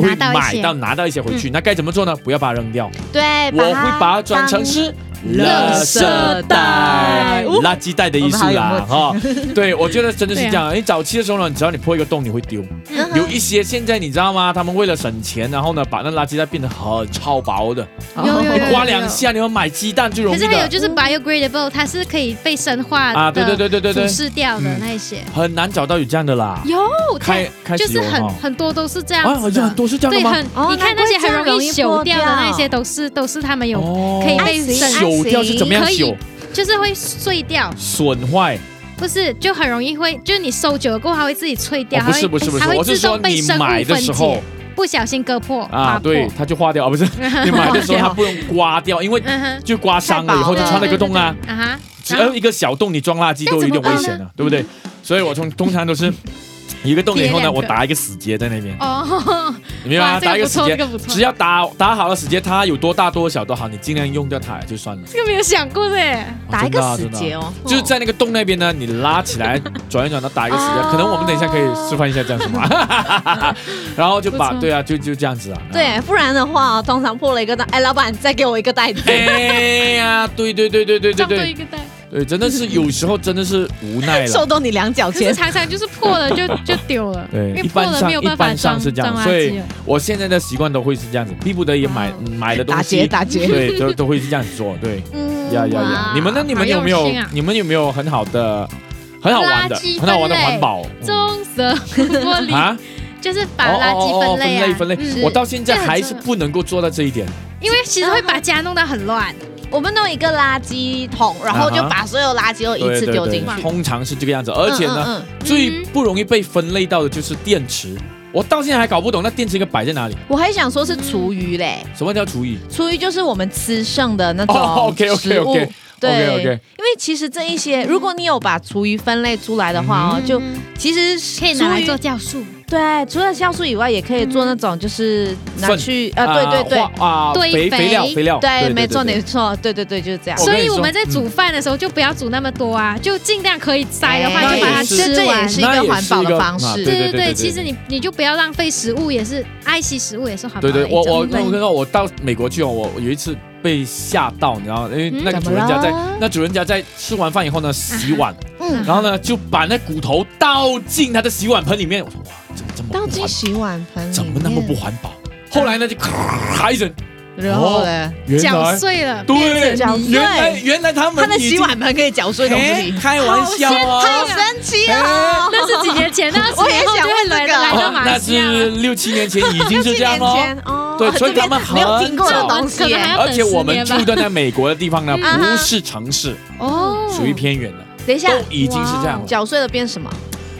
[SPEAKER 2] 会
[SPEAKER 3] 拿到一
[SPEAKER 2] 买
[SPEAKER 3] 些
[SPEAKER 2] 到拿到一些回去，那该怎么做呢？不要把它扔掉，
[SPEAKER 1] 对，
[SPEAKER 2] 我会把它转成是垃圾袋，
[SPEAKER 1] 哦
[SPEAKER 2] 垃圾袋的意思啦，哈、对，我觉得真的是这
[SPEAKER 3] 啊
[SPEAKER 2] 样。你早期的时候呢，只要你破一个洞，你会丢。
[SPEAKER 3] 嗯
[SPEAKER 2] 有一些现在你知道吗？他们为了省钱，然后呢，把那垃圾袋变得很超薄的，
[SPEAKER 3] 有有
[SPEAKER 2] 你
[SPEAKER 3] 有
[SPEAKER 2] 刮两下，你们买鸡蛋最容
[SPEAKER 3] 可
[SPEAKER 2] 易
[SPEAKER 3] 是还有
[SPEAKER 2] 的，
[SPEAKER 3] 就是 biodegradable，它是可以被生化的
[SPEAKER 2] 啊对对对对对对
[SPEAKER 3] 腐蚀掉的
[SPEAKER 2] 嗯
[SPEAKER 3] 那一些。
[SPEAKER 2] 很难找到有这样的啦。
[SPEAKER 3] 有，
[SPEAKER 2] 开开
[SPEAKER 3] 就
[SPEAKER 2] 始
[SPEAKER 3] 是
[SPEAKER 2] 有
[SPEAKER 3] 很
[SPEAKER 2] 哈
[SPEAKER 3] 很多都是这
[SPEAKER 2] 啊，
[SPEAKER 3] 样
[SPEAKER 2] 好
[SPEAKER 3] 子
[SPEAKER 2] 像很
[SPEAKER 3] 的，
[SPEAKER 2] 多是这
[SPEAKER 3] 对，
[SPEAKER 2] 样的吗？
[SPEAKER 3] 很
[SPEAKER 1] 哦
[SPEAKER 3] 你看那些很容易朽掉的那些，都是都是他们有
[SPEAKER 2] 哦
[SPEAKER 3] 可以被
[SPEAKER 1] 省
[SPEAKER 2] 朽掉是怎么样朽？
[SPEAKER 3] 就是会碎掉，
[SPEAKER 2] 损坏？
[SPEAKER 3] 不是就很容易会，就是你收久了过后它会自己脆掉，
[SPEAKER 2] 哦
[SPEAKER 3] 它
[SPEAKER 2] 不
[SPEAKER 3] 会
[SPEAKER 2] 是不是不是，
[SPEAKER 3] 它会
[SPEAKER 2] 我是
[SPEAKER 3] 自
[SPEAKER 2] 说
[SPEAKER 3] 动被
[SPEAKER 2] 你
[SPEAKER 3] 生
[SPEAKER 2] 买
[SPEAKER 3] 物
[SPEAKER 2] 的
[SPEAKER 3] 分
[SPEAKER 2] 时候
[SPEAKER 3] 解，不小心割破
[SPEAKER 2] 啊，对，，它就划掉啊，
[SPEAKER 3] (laughs)
[SPEAKER 2] 不是你买的时候它不用刮掉，因为
[SPEAKER 3] 嗯哼，
[SPEAKER 2] 就刮伤了以后就穿了个洞啊，
[SPEAKER 3] 啊哈，
[SPEAKER 2] 只要一个小洞你装垃圾都有点危险了、对不对？所以我通通常都是 (laughs) 一个洞以后
[SPEAKER 3] 叠两
[SPEAKER 2] 呢，
[SPEAKER 3] 个
[SPEAKER 2] 我打一个死结在那边，
[SPEAKER 3] 哦， (laughs)
[SPEAKER 2] 你明白吗？
[SPEAKER 3] 哇这个
[SPEAKER 2] 打一个
[SPEAKER 3] 不
[SPEAKER 2] 死
[SPEAKER 3] 错，
[SPEAKER 2] 结，
[SPEAKER 3] 这个不错，
[SPEAKER 2] 只要打打好了死结，它有多大多小都好，你尽量用掉它就算了。
[SPEAKER 3] 这个没有想过的耶，
[SPEAKER 2] 啊
[SPEAKER 1] 打一个死
[SPEAKER 2] 真的啊真
[SPEAKER 1] 结
[SPEAKER 2] 的啊
[SPEAKER 1] 哦，
[SPEAKER 2] 就是在那个洞那边呢，你拉起来转一转，它打一个死结。
[SPEAKER 3] 哦
[SPEAKER 2] 可能我们等一下可以示范一下这样子嘛，
[SPEAKER 3] (laughs)
[SPEAKER 2] 然后就把
[SPEAKER 3] 不错
[SPEAKER 2] 对啊，就就这样子啊。
[SPEAKER 1] 对，不然的话哦，通常破了一个袋，哎，老板再给我一个袋子。
[SPEAKER 2] (laughs) 哎呀，对对对对对对
[SPEAKER 3] 差不多一
[SPEAKER 2] 对
[SPEAKER 3] 个袋。
[SPEAKER 2] 对，真的是有时候真的是无
[SPEAKER 3] (laughs)
[SPEAKER 2] 奈了
[SPEAKER 1] 收。到你两角
[SPEAKER 3] 可是
[SPEAKER 1] 钱，
[SPEAKER 3] 常常就是破了就
[SPEAKER 2] (laughs)
[SPEAKER 3] 就丢了，
[SPEAKER 2] 对
[SPEAKER 3] 因为
[SPEAKER 2] 一
[SPEAKER 3] 破
[SPEAKER 2] 般
[SPEAKER 3] 了
[SPEAKER 2] 上
[SPEAKER 3] 没有办法
[SPEAKER 2] 一般上
[SPEAKER 3] 装
[SPEAKER 2] 是这样
[SPEAKER 3] 装垃
[SPEAKER 2] 所以
[SPEAKER 3] 圾了
[SPEAKER 2] 我现在的习惯都会是这样子，逼不得已买买的东
[SPEAKER 1] 打结
[SPEAKER 2] 西，
[SPEAKER 1] 啊打结。
[SPEAKER 2] 对，都都会是这样子做。
[SPEAKER 1] (laughs)
[SPEAKER 2] 对，
[SPEAKER 1] 嗯
[SPEAKER 2] 呀呀呀
[SPEAKER 3] 哇！
[SPEAKER 2] 你们呢？你们有没
[SPEAKER 3] 好
[SPEAKER 2] 有
[SPEAKER 3] 用心啊？
[SPEAKER 2] 你们有没有很好的、很好玩的
[SPEAKER 3] 垃、圾
[SPEAKER 2] 很好玩的
[SPEAKER 3] 分类
[SPEAKER 2] 环保？
[SPEAKER 3] 棕色玻
[SPEAKER 2] 嗯
[SPEAKER 3] 璃、
[SPEAKER 2] 啊，
[SPEAKER 3] 就是把垃圾分类啊，
[SPEAKER 2] 哦哦哦哦分类分
[SPEAKER 3] 嗯
[SPEAKER 2] 类，我到现在
[SPEAKER 3] 这很
[SPEAKER 2] 还
[SPEAKER 3] 重
[SPEAKER 2] 是
[SPEAKER 3] 要
[SPEAKER 2] 不能够做到这一点。
[SPEAKER 3] 因为其实会把家弄得很乱，
[SPEAKER 2] 嗯
[SPEAKER 1] 我们弄一个垃圾桶，然后就把所有垃圾都一
[SPEAKER 2] 啊
[SPEAKER 1] 次
[SPEAKER 2] 对
[SPEAKER 1] 丢进
[SPEAKER 2] 对对
[SPEAKER 1] 去。
[SPEAKER 2] 通常是这个样子。而且呢，
[SPEAKER 1] 嗯，嗯嗯
[SPEAKER 2] 最不容易被分类到的就是电池。我到现在还搞不懂那电池应该摆在哪里？
[SPEAKER 1] 我还想说是厨余嘞，
[SPEAKER 2] 什么叫厨艺？
[SPEAKER 1] 厨余就是我们吃剩的那种
[SPEAKER 2] 哦
[SPEAKER 1] 食物。
[SPEAKER 2] ，OK，OK，OK，
[SPEAKER 1] 对
[SPEAKER 2] OK，OK
[SPEAKER 1] 因为其实这一些，如果你有把厨余分类出来的
[SPEAKER 2] 嗯
[SPEAKER 1] 话哦，就其实
[SPEAKER 3] 可以拿来
[SPEAKER 1] 厨
[SPEAKER 3] 做
[SPEAKER 1] 余
[SPEAKER 3] 酵素，
[SPEAKER 1] 对，除了酵素以外，也可以做那种就是拿
[SPEAKER 2] 粪
[SPEAKER 1] 去啊，对对对
[SPEAKER 2] 化嗯啊，
[SPEAKER 3] 堆
[SPEAKER 2] 肥
[SPEAKER 3] 肥
[SPEAKER 2] 肥料肥料，
[SPEAKER 1] 对，没错
[SPEAKER 2] 对哦
[SPEAKER 1] 没错，对对对，就是这样
[SPEAKER 2] 我。
[SPEAKER 3] 所
[SPEAKER 2] 跟你
[SPEAKER 3] 以我们在
[SPEAKER 2] 说
[SPEAKER 3] 煮饭的时候就不要煮那么多啊，就尽量可以塞的话
[SPEAKER 2] 哎
[SPEAKER 3] 就把它
[SPEAKER 2] 那也是
[SPEAKER 3] 吃
[SPEAKER 1] 这也
[SPEAKER 3] 完。
[SPEAKER 1] 是一个环保的方
[SPEAKER 2] 那也是一个。啊
[SPEAKER 1] 式
[SPEAKER 3] 对
[SPEAKER 2] 对对对
[SPEAKER 3] 其实你你就不要浪费食物，也是爱惜食物，也是环保
[SPEAKER 2] 对
[SPEAKER 3] 的
[SPEAKER 2] 对，
[SPEAKER 3] 一
[SPEAKER 2] 我
[SPEAKER 3] 种
[SPEAKER 2] 我我跟你
[SPEAKER 3] 对
[SPEAKER 2] 说，我到美国去哦，我我有一次被吓到，你知道吗？因为
[SPEAKER 3] 嗯
[SPEAKER 2] 那个
[SPEAKER 1] 怎
[SPEAKER 2] 主
[SPEAKER 1] 么
[SPEAKER 2] 人家在
[SPEAKER 1] 了啊
[SPEAKER 2] 那主人家在吃完饭以后呢，洗碗，
[SPEAKER 1] 嗯，
[SPEAKER 2] 然后呢就把那骨头倒进他的洗碗盆里面。我说哇，怎么这么
[SPEAKER 1] 倒
[SPEAKER 2] 不
[SPEAKER 1] 进
[SPEAKER 2] 环，
[SPEAKER 1] 洗碗盆里
[SPEAKER 2] 怎么那么不
[SPEAKER 1] 面
[SPEAKER 2] 环保？后来呢就咔一声，
[SPEAKER 1] 然后嘞，
[SPEAKER 2] 原
[SPEAKER 3] 搅
[SPEAKER 2] 来
[SPEAKER 3] 碎
[SPEAKER 2] (laughs)
[SPEAKER 3] 了，
[SPEAKER 2] 对
[SPEAKER 1] 搅碎，
[SPEAKER 2] 原来原来他们
[SPEAKER 1] 他的
[SPEAKER 2] 已
[SPEAKER 1] 洗
[SPEAKER 2] 经
[SPEAKER 1] 碗盆可以搅碎东
[SPEAKER 2] 哎
[SPEAKER 1] 西，
[SPEAKER 2] 开玩笑哦。
[SPEAKER 1] 好神奇哦！
[SPEAKER 3] 那是几年前，
[SPEAKER 2] (laughs)
[SPEAKER 3] 那
[SPEAKER 1] 我
[SPEAKER 3] 几
[SPEAKER 1] 也
[SPEAKER 3] 年后
[SPEAKER 1] 想
[SPEAKER 3] 就
[SPEAKER 1] 问
[SPEAKER 3] 会
[SPEAKER 1] 这
[SPEAKER 3] 来
[SPEAKER 1] 个
[SPEAKER 3] 来到
[SPEAKER 2] 哦
[SPEAKER 3] 马
[SPEAKER 2] 那
[SPEAKER 3] 来西亚了
[SPEAKER 2] 是六七年前已经是这样
[SPEAKER 1] (laughs) 六七
[SPEAKER 2] 喽
[SPEAKER 1] 年。前哦，
[SPEAKER 2] 对所以
[SPEAKER 1] 这边
[SPEAKER 2] 他们很
[SPEAKER 1] 没有听过的
[SPEAKER 2] 早
[SPEAKER 1] 东西
[SPEAKER 3] 可能还
[SPEAKER 1] 耶。
[SPEAKER 3] 要
[SPEAKER 2] 而
[SPEAKER 3] 等
[SPEAKER 2] 且我
[SPEAKER 3] 十
[SPEAKER 2] 们
[SPEAKER 3] 年吧
[SPEAKER 2] 住。的那美国的地
[SPEAKER 1] (laughs)
[SPEAKER 2] 方呢，
[SPEAKER 1] 嗯
[SPEAKER 2] 不是城市，
[SPEAKER 3] 哦，
[SPEAKER 2] 属于偏远的，
[SPEAKER 1] 等一下，
[SPEAKER 2] 都已经是这样了。
[SPEAKER 1] 搅碎了变什么？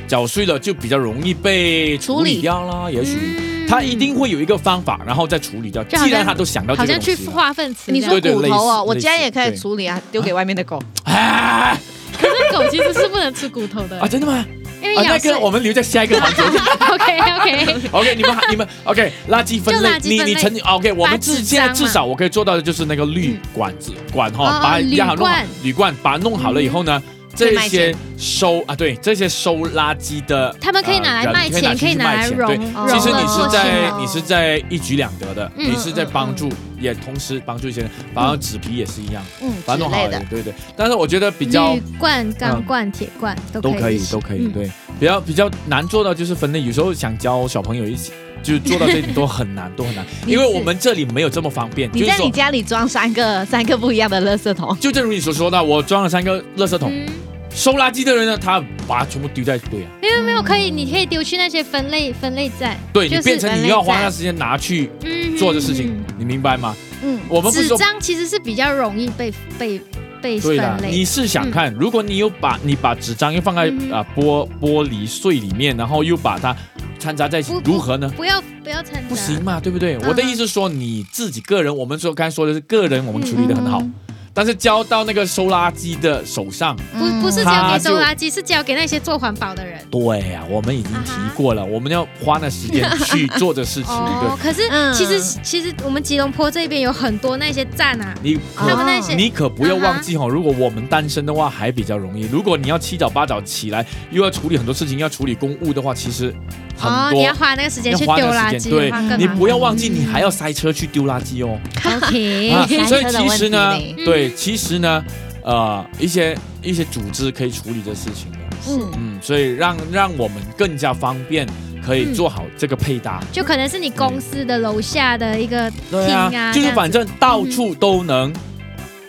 [SPEAKER 2] 搅碎了就比较容易被处理掉啦，也许
[SPEAKER 3] 嗯
[SPEAKER 2] 他一定会有一个方法，然后再处理掉。
[SPEAKER 3] 就好像
[SPEAKER 2] 既然他都想到
[SPEAKER 3] 好
[SPEAKER 2] 这个
[SPEAKER 3] 像
[SPEAKER 2] 东
[SPEAKER 3] 去
[SPEAKER 2] 西了，
[SPEAKER 3] 化粪池这
[SPEAKER 1] 你
[SPEAKER 3] 样。
[SPEAKER 1] 说
[SPEAKER 2] 对对
[SPEAKER 1] 骨头
[SPEAKER 2] 类
[SPEAKER 1] 哦，
[SPEAKER 2] 似
[SPEAKER 1] 我家也可以
[SPEAKER 2] 类似
[SPEAKER 1] 处理啊，丢给外面的狗。
[SPEAKER 2] 哎
[SPEAKER 3] 可是狗其实是不能吃骨头的
[SPEAKER 2] 啊，，真的吗？啊，
[SPEAKER 3] 因为咬
[SPEAKER 2] 那
[SPEAKER 3] 碎
[SPEAKER 2] 个。我们留在下一个
[SPEAKER 3] (laughs)
[SPEAKER 2] 环节。
[SPEAKER 3] OK OK，
[SPEAKER 2] OK，你们你们 OK，垃圾分
[SPEAKER 3] 就
[SPEAKER 2] 类
[SPEAKER 3] 垃，圾分类
[SPEAKER 2] 你你曾经 OK，我们
[SPEAKER 3] 纸
[SPEAKER 2] 至
[SPEAKER 3] 张
[SPEAKER 2] 现在
[SPEAKER 3] 嘛
[SPEAKER 2] 至少我可以做到的就是那个滤管子管哈
[SPEAKER 3] 哦，
[SPEAKER 2] 把
[SPEAKER 3] 哦嗯
[SPEAKER 2] 压好
[SPEAKER 3] 铝
[SPEAKER 2] 弄好
[SPEAKER 3] 罐，
[SPEAKER 2] 铝罐把它弄好了以后呢，
[SPEAKER 1] 可以
[SPEAKER 2] 这
[SPEAKER 1] 卖
[SPEAKER 2] 些
[SPEAKER 1] 钱
[SPEAKER 2] 收啊，对，这些收垃圾的，
[SPEAKER 3] (laughs) 他们可以
[SPEAKER 2] 呃
[SPEAKER 3] 拿来
[SPEAKER 2] 人
[SPEAKER 3] 卖钱，
[SPEAKER 2] 可
[SPEAKER 3] 可以
[SPEAKER 2] 以
[SPEAKER 3] 拿来
[SPEAKER 2] 去卖
[SPEAKER 3] 融
[SPEAKER 2] 钱对。
[SPEAKER 1] 哦
[SPEAKER 3] 融
[SPEAKER 2] 其实
[SPEAKER 3] 了
[SPEAKER 2] 你
[SPEAKER 3] 过
[SPEAKER 2] 是
[SPEAKER 3] 去
[SPEAKER 2] 在
[SPEAKER 3] 嘛
[SPEAKER 2] 你是在一举两得的，
[SPEAKER 3] 嗯
[SPEAKER 2] 你是在帮助，也同时帮助一些人，反正纸皮也是一样，
[SPEAKER 1] 嗯，
[SPEAKER 2] 把它
[SPEAKER 1] 之
[SPEAKER 2] 弄好
[SPEAKER 1] 类
[SPEAKER 2] 了
[SPEAKER 1] 的。，
[SPEAKER 2] 对对。但是我觉得比较嗯
[SPEAKER 3] 铝罐、钢罐、铁罐
[SPEAKER 2] 都
[SPEAKER 3] 都
[SPEAKER 2] 可以，都可以，对，比较比较难做到就是分类，有时候想教小朋友一起。就是做到这一点都很难，都很难，
[SPEAKER 3] 你
[SPEAKER 2] 因为
[SPEAKER 3] 是
[SPEAKER 2] 我们这里没有这么方便。就
[SPEAKER 1] 你
[SPEAKER 2] 是
[SPEAKER 1] 在
[SPEAKER 2] 说
[SPEAKER 1] 你，家里装三个三个不一样的垃圾桶，
[SPEAKER 2] 就正如你所说的，我装了三个垃圾桶，
[SPEAKER 3] 嗯，
[SPEAKER 2] 收垃圾的人呢，他把它全部丢在堆啊。
[SPEAKER 3] 没有没有，可以，你可以丢去那些分类分类站，
[SPEAKER 2] 对
[SPEAKER 3] 就
[SPEAKER 2] 你
[SPEAKER 3] 是
[SPEAKER 2] 变成
[SPEAKER 3] 分
[SPEAKER 2] 你
[SPEAKER 3] 类
[SPEAKER 2] 要花
[SPEAKER 3] 站
[SPEAKER 2] 那时间拿去
[SPEAKER 3] 嗯
[SPEAKER 2] 做这事情
[SPEAKER 3] 嗯，
[SPEAKER 2] 你明白吗？
[SPEAKER 1] 嗯，
[SPEAKER 2] 我们不是
[SPEAKER 3] 纸
[SPEAKER 2] 说
[SPEAKER 3] 张其实是比较容易被被被
[SPEAKER 2] 对啦
[SPEAKER 3] 分，
[SPEAKER 2] 你
[SPEAKER 3] 类，
[SPEAKER 2] 是想看，如果你有把你把纸张又放在
[SPEAKER 3] 嗯
[SPEAKER 2] 啊玻玻璃碎里面，然后又把它掺杂在一起
[SPEAKER 3] 不，不
[SPEAKER 2] 如何呢？
[SPEAKER 3] 不要不要参加，
[SPEAKER 2] 不行嘛，对不对？
[SPEAKER 3] 嗯
[SPEAKER 2] 我的意思是说，你自己个人，我们说刚才说的是个人，我们处理的很好
[SPEAKER 3] 嗯，
[SPEAKER 2] 但是交到那个收垃圾的手上，
[SPEAKER 3] 不不是交
[SPEAKER 2] 他
[SPEAKER 3] 给收
[SPEAKER 2] 就
[SPEAKER 3] 垃圾，是交给那些做环保的人。
[SPEAKER 2] 对呀、我们已经提过了，我们要花那时间去做这事情，对
[SPEAKER 3] 啊哦，。可是
[SPEAKER 1] 嗯
[SPEAKER 3] 其实其实我们吉隆坡这边有很多那些站啊，
[SPEAKER 2] 你
[SPEAKER 3] 他
[SPEAKER 2] 可
[SPEAKER 3] 们那些啊
[SPEAKER 2] 你可不要忘记哦，如果我们单身的话还比较容易，如果你要七早八早起来，又要处理很多事情，要处理公务的话，其实很
[SPEAKER 3] 哦，你
[SPEAKER 2] 多
[SPEAKER 3] 要。花那个时间
[SPEAKER 2] 要
[SPEAKER 3] 去
[SPEAKER 2] 花
[SPEAKER 3] 丢
[SPEAKER 2] 那时
[SPEAKER 3] 垃圾啊
[SPEAKER 2] 间，
[SPEAKER 3] 的话更
[SPEAKER 2] 对
[SPEAKER 3] 麻烦。
[SPEAKER 2] 你不要忘记，你还要塞车去丢垃圾哦。
[SPEAKER 3] (laughs) OK，、
[SPEAKER 2] 啊
[SPEAKER 1] 塞
[SPEAKER 2] 所以
[SPEAKER 1] 车的
[SPEAKER 2] 其
[SPEAKER 1] 问
[SPEAKER 2] 实
[SPEAKER 1] 题
[SPEAKER 2] 呢
[SPEAKER 1] 嘞，
[SPEAKER 2] 对，其实呢，呃，一些一些组织可以处理这事情的，
[SPEAKER 1] 嗯，
[SPEAKER 2] 嗯，所以让让我们更加方便，可以
[SPEAKER 3] 嗯
[SPEAKER 2] 做好这个配搭。
[SPEAKER 3] 就可能是你公司的楼下的一个
[SPEAKER 2] 对
[SPEAKER 3] 厅啊
[SPEAKER 2] 就是
[SPEAKER 3] 这样
[SPEAKER 2] 反正到处都能，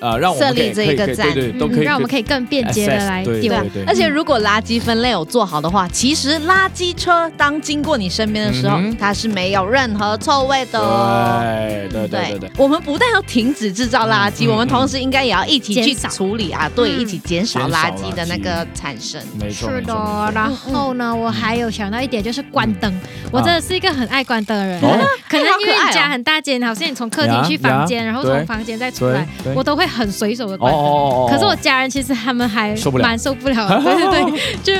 [SPEAKER 2] 呃，让我们
[SPEAKER 1] 设立
[SPEAKER 2] 可以
[SPEAKER 1] 这
[SPEAKER 2] 可以
[SPEAKER 1] 一个
[SPEAKER 2] 可以
[SPEAKER 1] 站
[SPEAKER 2] 对对，都
[SPEAKER 3] 嗯
[SPEAKER 2] 可以，
[SPEAKER 3] 让我们可以更便捷的
[SPEAKER 2] access，
[SPEAKER 3] 来
[SPEAKER 2] 对
[SPEAKER 3] 丢
[SPEAKER 1] 对。啊
[SPEAKER 2] 对对
[SPEAKER 1] 而且如果垃圾分类有做好的话，其实垃圾车当经过你身边的时候，
[SPEAKER 2] 嗯哼
[SPEAKER 1] 它是没有任何臭味的哦。
[SPEAKER 2] 对对对对对，
[SPEAKER 1] 我们不但要停止制造垃圾，
[SPEAKER 2] 嗯嗯
[SPEAKER 1] 我们同时应该也要一起去
[SPEAKER 3] 减少
[SPEAKER 1] 处理啊，对，
[SPEAKER 3] 嗯
[SPEAKER 1] 一起减少
[SPEAKER 2] 减少
[SPEAKER 1] 垃圾的那
[SPEAKER 2] 垃圾
[SPEAKER 1] 个产生。
[SPEAKER 2] 没错，
[SPEAKER 3] 是
[SPEAKER 2] 没
[SPEAKER 3] 的
[SPEAKER 2] 错没，错嗯
[SPEAKER 3] 然后呢，我还有想到一点，就是关灯。我真的是一个很爱关灯的人，
[SPEAKER 2] 啊哦
[SPEAKER 3] (laughs) 可能因为
[SPEAKER 1] 哎好可爱哦
[SPEAKER 3] 你家很大间，好像你从客厅去房间，
[SPEAKER 2] 呀呀
[SPEAKER 3] 然后从
[SPEAKER 2] 对
[SPEAKER 3] 房间再出
[SPEAKER 2] 对
[SPEAKER 3] 来，
[SPEAKER 2] 对，
[SPEAKER 3] 我都会很随手的
[SPEAKER 2] 哦
[SPEAKER 3] 关灯。
[SPEAKER 2] 哦哦，
[SPEAKER 3] 可
[SPEAKER 2] (laughs)
[SPEAKER 3] 是我家人其实他们还
[SPEAKER 2] 受不了
[SPEAKER 3] 蛮受不了
[SPEAKER 2] (laughs)
[SPEAKER 3] 的，对对对，就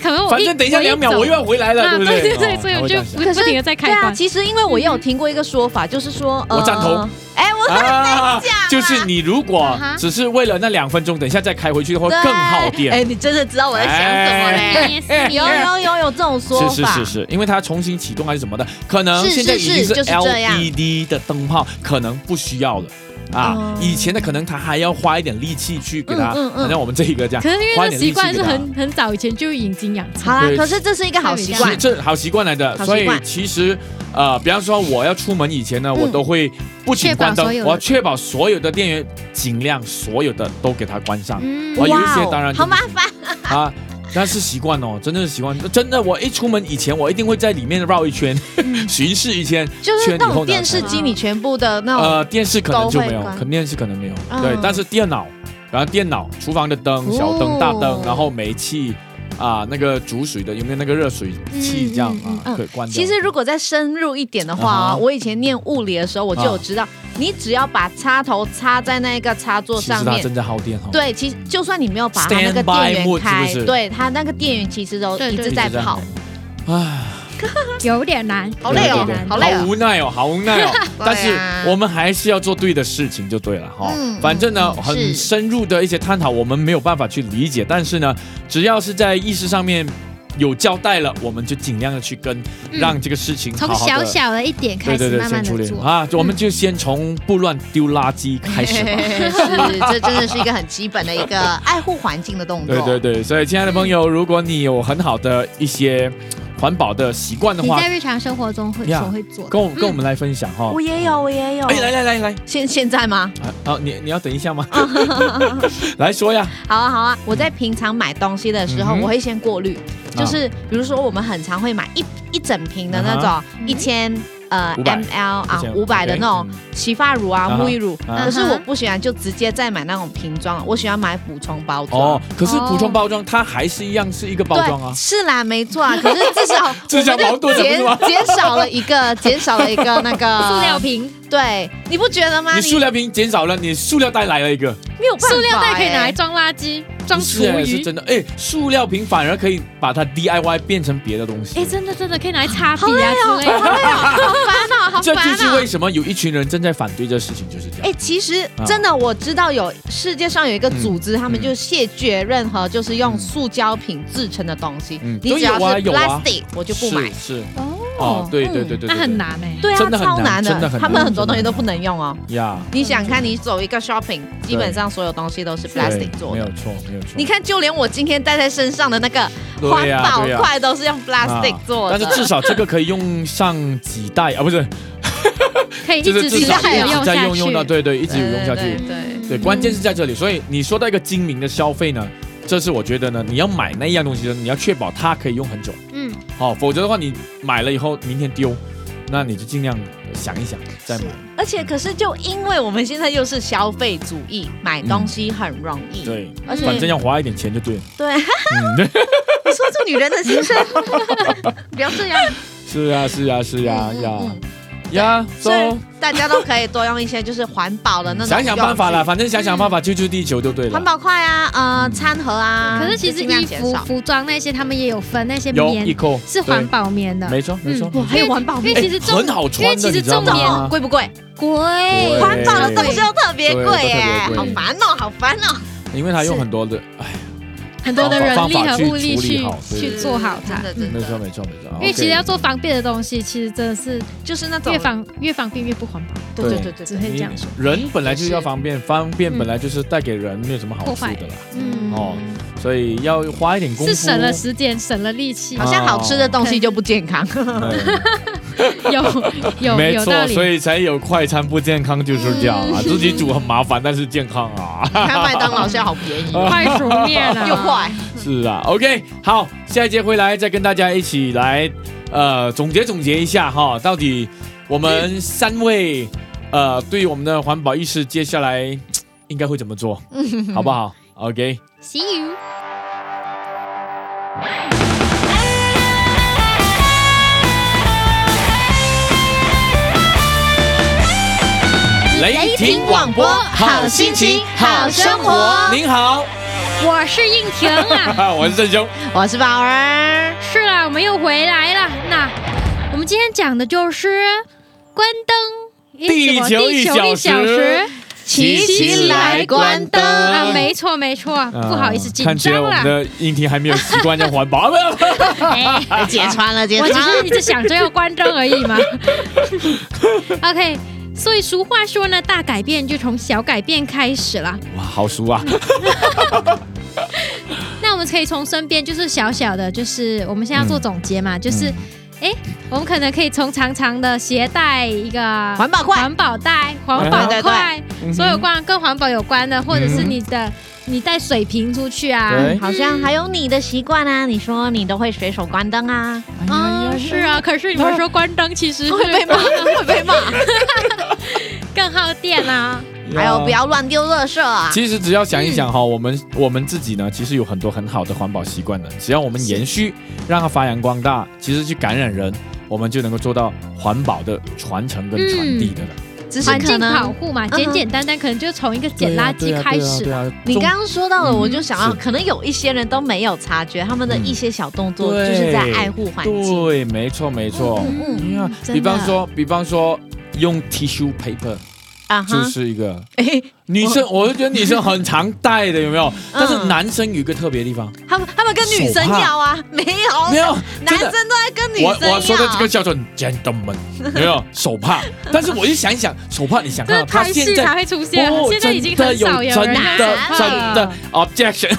[SPEAKER 3] 可能我
[SPEAKER 2] 反正等一下两秒我又
[SPEAKER 3] 要
[SPEAKER 2] 要回来了，
[SPEAKER 3] 啊
[SPEAKER 2] 对不
[SPEAKER 3] 对对
[SPEAKER 2] 对
[SPEAKER 3] 对，
[SPEAKER 2] 哦
[SPEAKER 3] 所以
[SPEAKER 2] 他
[SPEAKER 3] 我
[SPEAKER 2] 会这
[SPEAKER 3] 就
[SPEAKER 2] 样想
[SPEAKER 3] 不不停的在
[SPEAKER 1] 对
[SPEAKER 3] 开
[SPEAKER 1] 啊，
[SPEAKER 3] 关。
[SPEAKER 1] 其实因为我也有听过一个说法，就是说，
[SPEAKER 2] 嗯我赞同。
[SPEAKER 1] 哎，我
[SPEAKER 2] 啊，就是你如果
[SPEAKER 3] 啊哈
[SPEAKER 2] 只是为了那两分钟，等一下再开回去的话，
[SPEAKER 1] 对
[SPEAKER 2] 更耗电。
[SPEAKER 1] 哎，你真的知道我在想什么嘞？
[SPEAKER 3] 也
[SPEAKER 2] 哎
[SPEAKER 3] 是
[SPEAKER 1] 有有有有这种说
[SPEAKER 2] 是
[SPEAKER 1] 法，
[SPEAKER 2] 是是是，因为它重新启动还是什么的，可能
[SPEAKER 1] 是
[SPEAKER 2] 现在已经
[SPEAKER 1] 是就是这样
[SPEAKER 2] LED 的灯泡，可能不需要了啊
[SPEAKER 1] 哦。
[SPEAKER 2] 以前的可能他还要花一点力气去给它，
[SPEAKER 1] 嗯嗯嗯
[SPEAKER 2] 好像我们这一个这样
[SPEAKER 3] 可，能因为
[SPEAKER 2] 花
[SPEAKER 3] 这
[SPEAKER 2] 一点力
[SPEAKER 3] 习
[SPEAKER 2] 气
[SPEAKER 3] 惯
[SPEAKER 2] 给
[SPEAKER 3] 是
[SPEAKER 2] 他
[SPEAKER 3] 很很早以前就已经养成
[SPEAKER 1] 好。啦，
[SPEAKER 2] 对
[SPEAKER 1] 可是这是一个好习惯
[SPEAKER 2] 是。这好习惯来的。
[SPEAKER 1] 好习
[SPEAKER 2] 所以
[SPEAKER 1] 惯
[SPEAKER 2] 其实呃，比方说我要出门以前
[SPEAKER 1] 嗯
[SPEAKER 2] 呢，我都会不仅
[SPEAKER 3] 确保
[SPEAKER 2] 关灯
[SPEAKER 3] 所有，的
[SPEAKER 2] 我要确保所有的电源尽量所有的都给它关上。
[SPEAKER 3] 嗯
[SPEAKER 2] 我有一
[SPEAKER 1] 哇
[SPEAKER 2] 些
[SPEAKER 1] 哦
[SPEAKER 2] 当然就
[SPEAKER 1] 好麻烦，
[SPEAKER 2] 啊，那是习惯哦，真的是习惯。真的，我一出门以前，我一定会在里面绕一圈， (laughs) 巡视一圈。
[SPEAKER 1] 就是
[SPEAKER 2] 圈
[SPEAKER 1] 那
[SPEAKER 2] 以后
[SPEAKER 1] 种
[SPEAKER 2] 呢
[SPEAKER 1] 电视机，你全部的那种，
[SPEAKER 2] 呃，电视可能就没有
[SPEAKER 1] 哦都会，关
[SPEAKER 2] 可能电视可能没有。
[SPEAKER 1] 嗯
[SPEAKER 2] 对，但是电脑，然后电脑、厨房的灯、小灯、
[SPEAKER 1] 哦
[SPEAKER 2] 大灯，然后煤气啊，那个煮水的有没有那个热水器
[SPEAKER 3] 嗯
[SPEAKER 2] 这样
[SPEAKER 3] 嗯
[SPEAKER 2] 啊，可以关掉。
[SPEAKER 1] 其实如果再深入一点的话
[SPEAKER 2] 啊哈
[SPEAKER 1] 啊，我以前念物理的时候，我就有知道，你只要把插头插在那个插座
[SPEAKER 2] 其实
[SPEAKER 1] 上
[SPEAKER 2] 它
[SPEAKER 1] 面，
[SPEAKER 2] 真的耗电哦。
[SPEAKER 1] 对，其实就算你没有把它那个
[SPEAKER 2] Standby
[SPEAKER 1] 电源
[SPEAKER 2] mode
[SPEAKER 1] 开，
[SPEAKER 2] 是不是
[SPEAKER 1] 对它那个电源其实都
[SPEAKER 3] 对
[SPEAKER 1] 一
[SPEAKER 3] 对
[SPEAKER 1] 直
[SPEAKER 2] 一直
[SPEAKER 1] 在
[SPEAKER 2] 在
[SPEAKER 1] 跑
[SPEAKER 2] 跑。。唉。
[SPEAKER 3] 有点难，
[SPEAKER 1] 好累哦
[SPEAKER 3] 有点难
[SPEAKER 1] 好累哦。
[SPEAKER 2] 无奈哦，好无奈 (laughs) 哦但是
[SPEAKER 1] 对啊
[SPEAKER 2] 我们还是要做对的事情就对了哈、
[SPEAKER 1] 嗯
[SPEAKER 2] 反正呢，
[SPEAKER 1] 嗯是
[SPEAKER 2] 很深入的一些探讨，我们没有办法去理解，但是呢，只要是在意识上面有交代了，我们就尽量的去跟，
[SPEAKER 3] 嗯
[SPEAKER 2] 让这个事情好
[SPEAKER 3] 从
[SPEAKER 2] 好地
[SPEAKER 3] 小小的一点开
[SPEAKER 2] 对对
[SPEAKER 3] 始，
[SPEAKER 2] 对，
[SPEAKER 3] 慢慢
[SPEAKER 2] 先处
[SPEAKER 3] 的
[SPEAKER 2] 理
[SPEAKER 3] 做。
[SPEAKER 2] 啊，我们就先从不乱丢垃圾开始 (laughs) 吧。
[SPEAKER 1] (laughs) 是，这真的是一个很基本的一个爱护环境的动作。
[SPEAKER 2] 对对对，所以亲爱的朋友，如果你有很好的一些环保的习惯的
[SPEAKER 3] 你
[SPEAKER 2] 话
[SPEAKER 3] 在，日常生活中会
[SPEAKER 2] 呀
[SPEAKER 3] 所会做的。
[SPEAKER 2] 跟我跟我们来分享哈、
[SPEAKER 1] 我也有，我也有。
[SPEAKER 2] 哎，来来来来，
[SPEAKER 1] 现现在吗？
[SPEAKER 2] 啊，好你你要等一下
[SPEAKER 1] (laughs)
[SPEAKER 2] 吗？来说呀。
[SPEAKER 1] 好啊好啊，我在平常买东西的时候，
[SPEAKER 2] 嗯哼啊
[SPEAKER 1] 我会先过滤，就是比如说我们很常会买一一整瓶的那种
[SPEAKER 3] 嗯
[SPEAKER 1] 一千。呃
[SPEAKER 2] 500
[SPEAKER 1] ，ml 啊
[SPEAKER 2] 这，样
[SPEAKER 1] 五百的那种
[SPEAKER 2] OK，嗯
[SPEAKER 1] 洗发乳啊、
[SPEAKER 2] 啊哈
[SPEAKER 1] 沐浴乳，
[SPEAKER 2] 啊
[SPEAKER 1] 可是我不喜欢就直接再买那种瓶装，我喜欢买补充包装
[SPEAKER 2] 哦。，可是普通包装它还是一样是一个包装啊
[SPEAKER 1] 对，，是啦，没错啊。可是
[SPEAKER 2] (laughs)
[SPEAKER 1] 至少
[SPEAKER 2] 自相矛盾的不
[SPEAKER 1] 减
[SPEAKER 2] 是吗？
[SPEAKER 1] 减少了一个，减少了一个那 (laughs) 个
[SPEAKER 3] 塑料，瓶，
[SPEAKER 1] 对，你不觉得吗？
[SPEAKER 2] 你塑料瓶减少了，你塑料袋来了一个，
[SPEAKER 1] 没有办法欸，
[SPEAKER 3] 塑料袋可以拿来装垃圾、装
[SPEAKER 2] 不
[SPEAKER 3] 厨
[SPEAKER 2] 哎是欸是
[SPEAKER 3] 余。
[SPEAKER 2] 真的，哎，塑料瓶反而可以把它 DIY 变成别的东西
[SPEAKER 3] 哎，，真的真的可以拿来擦笔啊之类
[SPEAKER 1] 好
[SPEAKER 3] 的。
[SPEAKER 1] 累哦，好烦恼，好
[SPEAKER 2] 这就
[SPEAKER 1] 烦啊
[SPEAKER 2] 是
[SPEAKER 1] 恼
[SPEAKER 2] 为。什么有一群人正在反对这事情，就是这
[SPEAKER 1] 哎、
[SPEAKER 2] 样。
[SPEAKER 1] 其实
[SPEAKER 2] 啊
[SPEAKER 1] 真的，我知道有世界上有一个组织，他们
[SPEAKER 2] 嗯
[SPEAKER 1] 就谢绝任何就是用塑胶品制成的东西。
[SPEAKER 2] 嗯
[SPEAKER 1] 你只要是
[SPEAKER 2] 都有啊有啊
[SPEAKER 1] plastic，、我就不买嗯
[SPEAKER 2] 是。是
[SPEAKER 3] 哦
[SPEAKER 2] 哦，对对对对，
[SPEAKER 3] 那
[SPEAKER 2] 对
[SPEAKER 3] 很难哎。
[SPEAKER 1] 对啊，
[SPEAKER 2] 真的很
[SPEAKER 1] 超
[SPEAKER 2] 难
[SPEAKER 1] 难的，
[SPEAKER 2] 真的很
[SPEAKER 1] 他们
[SPEAKER 2] 难
[SPEAKER 1] 很多
[SPEAKER 2] 真的
[SPEAKER 1] 东西
[SPEAKER 2] 很
[SPEAKER 1] 都不能用哦。
[SPEAKER 2] 呀，
[SPEAKER 1] 你想看，你走一个 shopping，基本上所有东西都是
[SPEAKER 2] 对
[SPEAKER 1] plastic 做
[SPEAKER 2] 没有
[SPEAKER 1] 的。
[SPEAKER 2] 错，没有错。
[SPEAKER 1] 你看，就连我今天戴在身上的那个环
[SPEAKER 2] 对呀
[SPEAKER 1] 保
[SPEAKER 2] 对呀
[SPEAKER 1] 筷都是用 plastic
[SPEAKER 2] 啊
[SPEAKER 1] 做的。
[SPEAKER 2] 但是至少这个可以用上几代啊，不是，
[SPEAKER 3] 可以一
[SPEAKER 2] 就是
[SPEAKER 3] 直
[SPEAKER 2] 至
[SPEAKER 1] 一直
[SPEAKER 2] 少
[SPEAKER 1] 还有
[SPEAKER 2] 一直
[SPEAKER 3] 用
[SPEAKER 2] 在
[SPEAKER 3] 下
[SPEAKER 2] 用
[SPEAKER 3] 去。
[SPEAKER 2] 用到，对对，一直有用下去。
[SPEAKER 1] 对对
[SPEAKER 2] 对，
[SPEAKER 3] 嗯
[SPEAKER 2] 关键是在这里。所以你说到一个精明的消费呢，这是我觉得呢，你要买那一样东西呢，你要确保它可以用很久，
[SPEAKER 3] 嗯，
[SPEAKER 2] 好、否则的话你买了以后明天丢，那你就尽量想一想再买。
[SPEAKER 1] 而且可是就因为我们现在又是消费主义，买东西很容易。
[SPEAKER 2] 对，
[SPEAKER 1] 而
[SPEAKER 3] 嗯
[SPEAKER 1] 且
[SPEAKER 2] 反正要花一点钱就对了。
[SPEAKER 1] 对，
[SPEAKER 2] 嗯，对，
[SPEAKER 1] (laughs) 你说出女人的
[SPEAKER 2] (laughs)
[SPEAKER 1] 心声，不要这样。
[SPEAKER 2] 是啊，是啊，是啊，
[SPEAKER 1] 嗯
[SPEAKER 2] 呀
[SPEAKER 1] 嗯
[SPEAKER 2] 呀，
[SPEAKER 1] 所以
[SPEAKER 2] so,
[SPEAKER 1] 大家都可以多用一些就是环保的那种，
[SPEAKER 2] 想想办法啦，。反嗯正想想
[SPEAKER 3] 嗯
[SPEAKER 2] 办法救救地球就对了
[SPEAKER 1] 环。保筷啊，呃，餐盒啊，
[SPEAKER 3] 可是其实
[SPEAKER 1] 就尽量
[SPEAKER 3] 衣
[SPEAKER 1] 减
[SPEAKER 3] 服、
[SPEAKER 1] 少
[SPEAKER 3] 服装那些，他们也有分那些
[SPEAKER 2] 有
[SPEAKER 3] 棉
[SPEAKER 2] 一扣
[SPEAKER 3] 是环，保棉的嗯
[SPEAKER 2] 对，没错没错。哎
[SPEAKER 1] 哇，还有环保
[SPEAKER 3] 因
[SPEAKER 1] 棉
[SPEAKER 3] 为，其实重
[SPEAKER 2] 很好穿的
[SPEAKER 3] 因为其实重
[SPEAKER 2] 你知道
[SPEAKER 3] 棉
[SPEAKER 2] 吗
[SPEAKER 1] 贵不贵？
[SPEAKER 3] 贵，
[SPEAKER 2] 对
[SPEAKER 1] 环保的东西又特别贵
[SPEAKER 2] 对
[SPEAKER 1] 耶
[SPEAKER 2] 都特别，贵
[SPEAKER 1] 好烦哦，好烦哦。
[SPEAKER 2] 因为它有很多的，哎，
[SPEAKER 3] 很多的人
[SPEAKER 2] 方
[SPEAKER 3] 力
[SPEAKER 2] 法
[SPEAKER 3] 和
[SPEAKER 2] 去
[SPEAKER 3] 物力
[SPEAKER 2] 处理
[SPEAKER 3] 去
[SPEAKER 2] 好对
[SPEAKER 3] 去
[SPEAKER 1] 对
[SPEAKER 3] 做好它
[SPEAKER 1] 真。的真
[SPEAKER 2] 没错
[SPEAKER 1] 的，
[SPEAKER 2] 没错没错，
[SPEAKER 3] 因为其实要
[SPEAKER 2] OK
[SPEAKER 3] 做方便的东西，其实真的是
[SPEAKER 1] 就是那种
[SPEAKER 3] 越方越方便越不环保，
[SPEAKER 1] 对对对对
[SPEAKER 3] 只
[SPEAKER 1] 对，
[SPEAKER 3] 会这样说。
[SPEAKER 2] 人本来就是要方便，方便本来就是带给人没有什么好
[SPEAKER 3] 破
[SPEAKER 2] 处
[SPEAKER 3] 坏
[SPEAKER 2] 的啦，
[SPEAKER 3] 嗯，
[SPEAKER 2] 哦，所以要花一点功夫。
[SPEAKER 3] 是省了时间，省了力气
[SPEAKER 2] (laughs)
[SPEAKER 1] 好，像好吃的东西就不健康。
[SPEAKER 2] 嗯
[SPEAKER 3] 有 (laughs) 有
[SPEAKER 2] 没
[SPEAKER 3] 有道
[SPEAKER 2] 错，所
[SPEAKER 3] 理。
[SPEAKER 2] 以才有快餐不健康就是这样
[SPEAKER 3] (laughs)
[SPEAKER 2] 啊，自己煮很麻烦，但是健康啊，
[SPEAKER 1] 你看麦当劳现在好便
[SPEAKER 2] (laughs)
[SPEAKER 1] 宜，
[SPEAKER 3] 快熟面
[SPEAKER 1] (laughs)
[SPEAKER 3] 啊，
[SPEAKER 1] 又坏，
[SPEAKER 2] 是啊。OK，好，下一节回来再跟大家一起来呃总结总结一下哈，到底我们三位呃对于我们的环保意识，接下来嘖应该会怎么
[SPEAKER 1] (laughs)
[SPEAKER 2] 做，好不好？OK，
[SPEAKER 3] See you。
[SPEAKER 2] 雷
[SPEAKER 1] 霆广播好心情好生活
[SPEAKER 2] 您好，
[SPEAKER 1] (laughs)
[SPEAKER 3] 我是应婷啊，
[SPEAKER 2] 我是郑兄，
[SPEAKER 1] 我是宝儿，
[SPEAKER 2] 啊
[SPEAKER 3] 是啦，我们又回来了。那我们今天讲的就是关灯，诶
[SPEAKER 2] 地
[SPEAKER 3] 什么
[SPEAKER 2] 球
[SPEAKER 3] 地
[SPEAKER 2] 一
[SPEAKER 3] 球
[SPEAKER 2] 小
[SPEAKER 3] 一小
[SPEAKER 2] 时
[SPEAKER 3] 时。
[SPEAKER 2] 齐
[SPEAKER 1] 齐来关灯
[SPEAKER 3] 啊！没错没错，不好意思，紧
[SPEAKER 2] 嗯看起来
[SPEAKER 3] 张啊
[SPEAKER 2] 我们
[SPEAKER 3] 了。
[SPEAKER 2] 的音婷还没有 (laughs) 习惯要环保，没有。
[SPEAKER 3] 哎，
[SPEAKER 1] 揭穿
[SPEAKER 2] 啊
[SPEAKER 1] 了，揭
[SPEAKER 3] (laughs) 我
[SPEAKER 1] 穿
[SPEAKER 3] 只是一
[SPEAKER 1] 了。
[SPEAKER 3] 直想着要关灯而已
[SPEAKER 2] (laughs)
[SPEAKER 3] 嘛。OK，所以俗话说呢，大改变就从小改变开始啦。
[SPEAKER 2] 哇，好熟啊！
[SPEAKER 3] 那我们可以从身边就是小小的，就是我们现在要做总结嘛，就是我们可能可以从长长的携带一个
[SPEAKER 1] 环保筷
[SPEAKER 3] 环保袋、环保
[SPEAKER 1] 对对
[SPEAKER 3] 筷，
[SPEAKER 2] 嗯
[SPEAKER 3] 所有关跟环保有关的，或者是
[SPEAKER 2] 嗯
[SPEAKER 3] 你的你带水瓶出去啊，
[SPEAKER 2] 对
[SPEAKER 1] 好像还有你的习惯啊，你说你都会随手关灯啊，
[SPEAKER 2] 哎
[SPEAKER 3] 啊，是
[SPEAKER 2] 嗯
[SPEAKER 3] 啊，可是你们说关灯其实
[SPEAKER 1] 会被骂，会被
[SPEAKER 2] (laughs)
[SPEAKER 1] 骂。
[SPEAKER 3] 更耗电啊。
[SPEAKER 1] 还有哎不。要乱丢垃圾啊，
[SPEAKER 2] 嗯其实只要想一想哈，我们我们自己呢，其实有很多很好的环保习惯的，只要我们延续，让它发扬光大，其实去感染人，我们就能够做到环保的传承跟传递的了。
[SPEAKER 3] 嗯
[SPEAKER 1] 只是
[SPEAKER 3] 环
[SPEAKER 1] 可
[SPEAKER 3] 境保
[SPEAKER 1] 能
[SPEAKER 3] 护嘛，
[SPEAKER 1] 嗯哼
[SPEAKER 3] 简简单单，可能就从一个捡垃圾开始。
[SPEAKER 2] 啊，
[SPEAKER 1] 你刚刚说到了，
[SPEAKER 2] 嗯
[SPEAKER 1] 我就想到，
[SPEAKER 2] 是
[SPEAKER 1] 可能有一些人都没有察觉他们的一些小动作，
[SPEAKER 2] 嗯
[SPEAKER 1] 就是在爱护环境。
[SPEAKER 2] 对，没错没错。
[SPEAKER 1] 嗯
[SPEAKER 2] 你看，比方说，比方说用 tissue paper
[SPEAKER 1] 啊
[SPEAKER 2] 就
[SPEAKER 1] 哈，
[SPEAKER 2] 是一个
[SPEAKER 1] (laughs) 哎，
[SPEAKER 2] 女生，我就觉得女生很常戴的，有没有？但是男生有一个特别地方，
[SPEAKER 1] 他们他们跟女生
[SPEAKER 2] 手帕
[SPEAKER 1] 要啊，没有
[SPEAKER 2] 没，有，
[SPEAKER 1] 男
[SPEAKER 2] 真
[SPEAKER 1] 生
[SPEAKER 2] 的。
[SPEAKER 1] 都在跟女
[SPEAKER 2] 我
[SPEAKER 1] 生要。啊哎
[SPEAKER 2] 我说的这个叫做 gentleman，有没有手帕？但是我一想一想，手帕你想
[SPEAKER 3] 这
[SPEAKER 2] 看，
[SPEAKER 3] 是
[SPEAKER 2] 他
[SPEAKER 3] 台
[SPEAKER 2] 啊现
[SPEAKER 3] 戏才
[SPEAKER 2] 在哦
[SPEAKER 3] 会出现，现在已经很少有
[SPEAKER 2] 真的有
[SPEAKER 3] 人
[SPEAKER 2] 真
[SPEAKER 3] 拿手
[SPEAKER 2] 的
[SPEAKER 3] 帕
[SPEAKER 2] 真的 objection，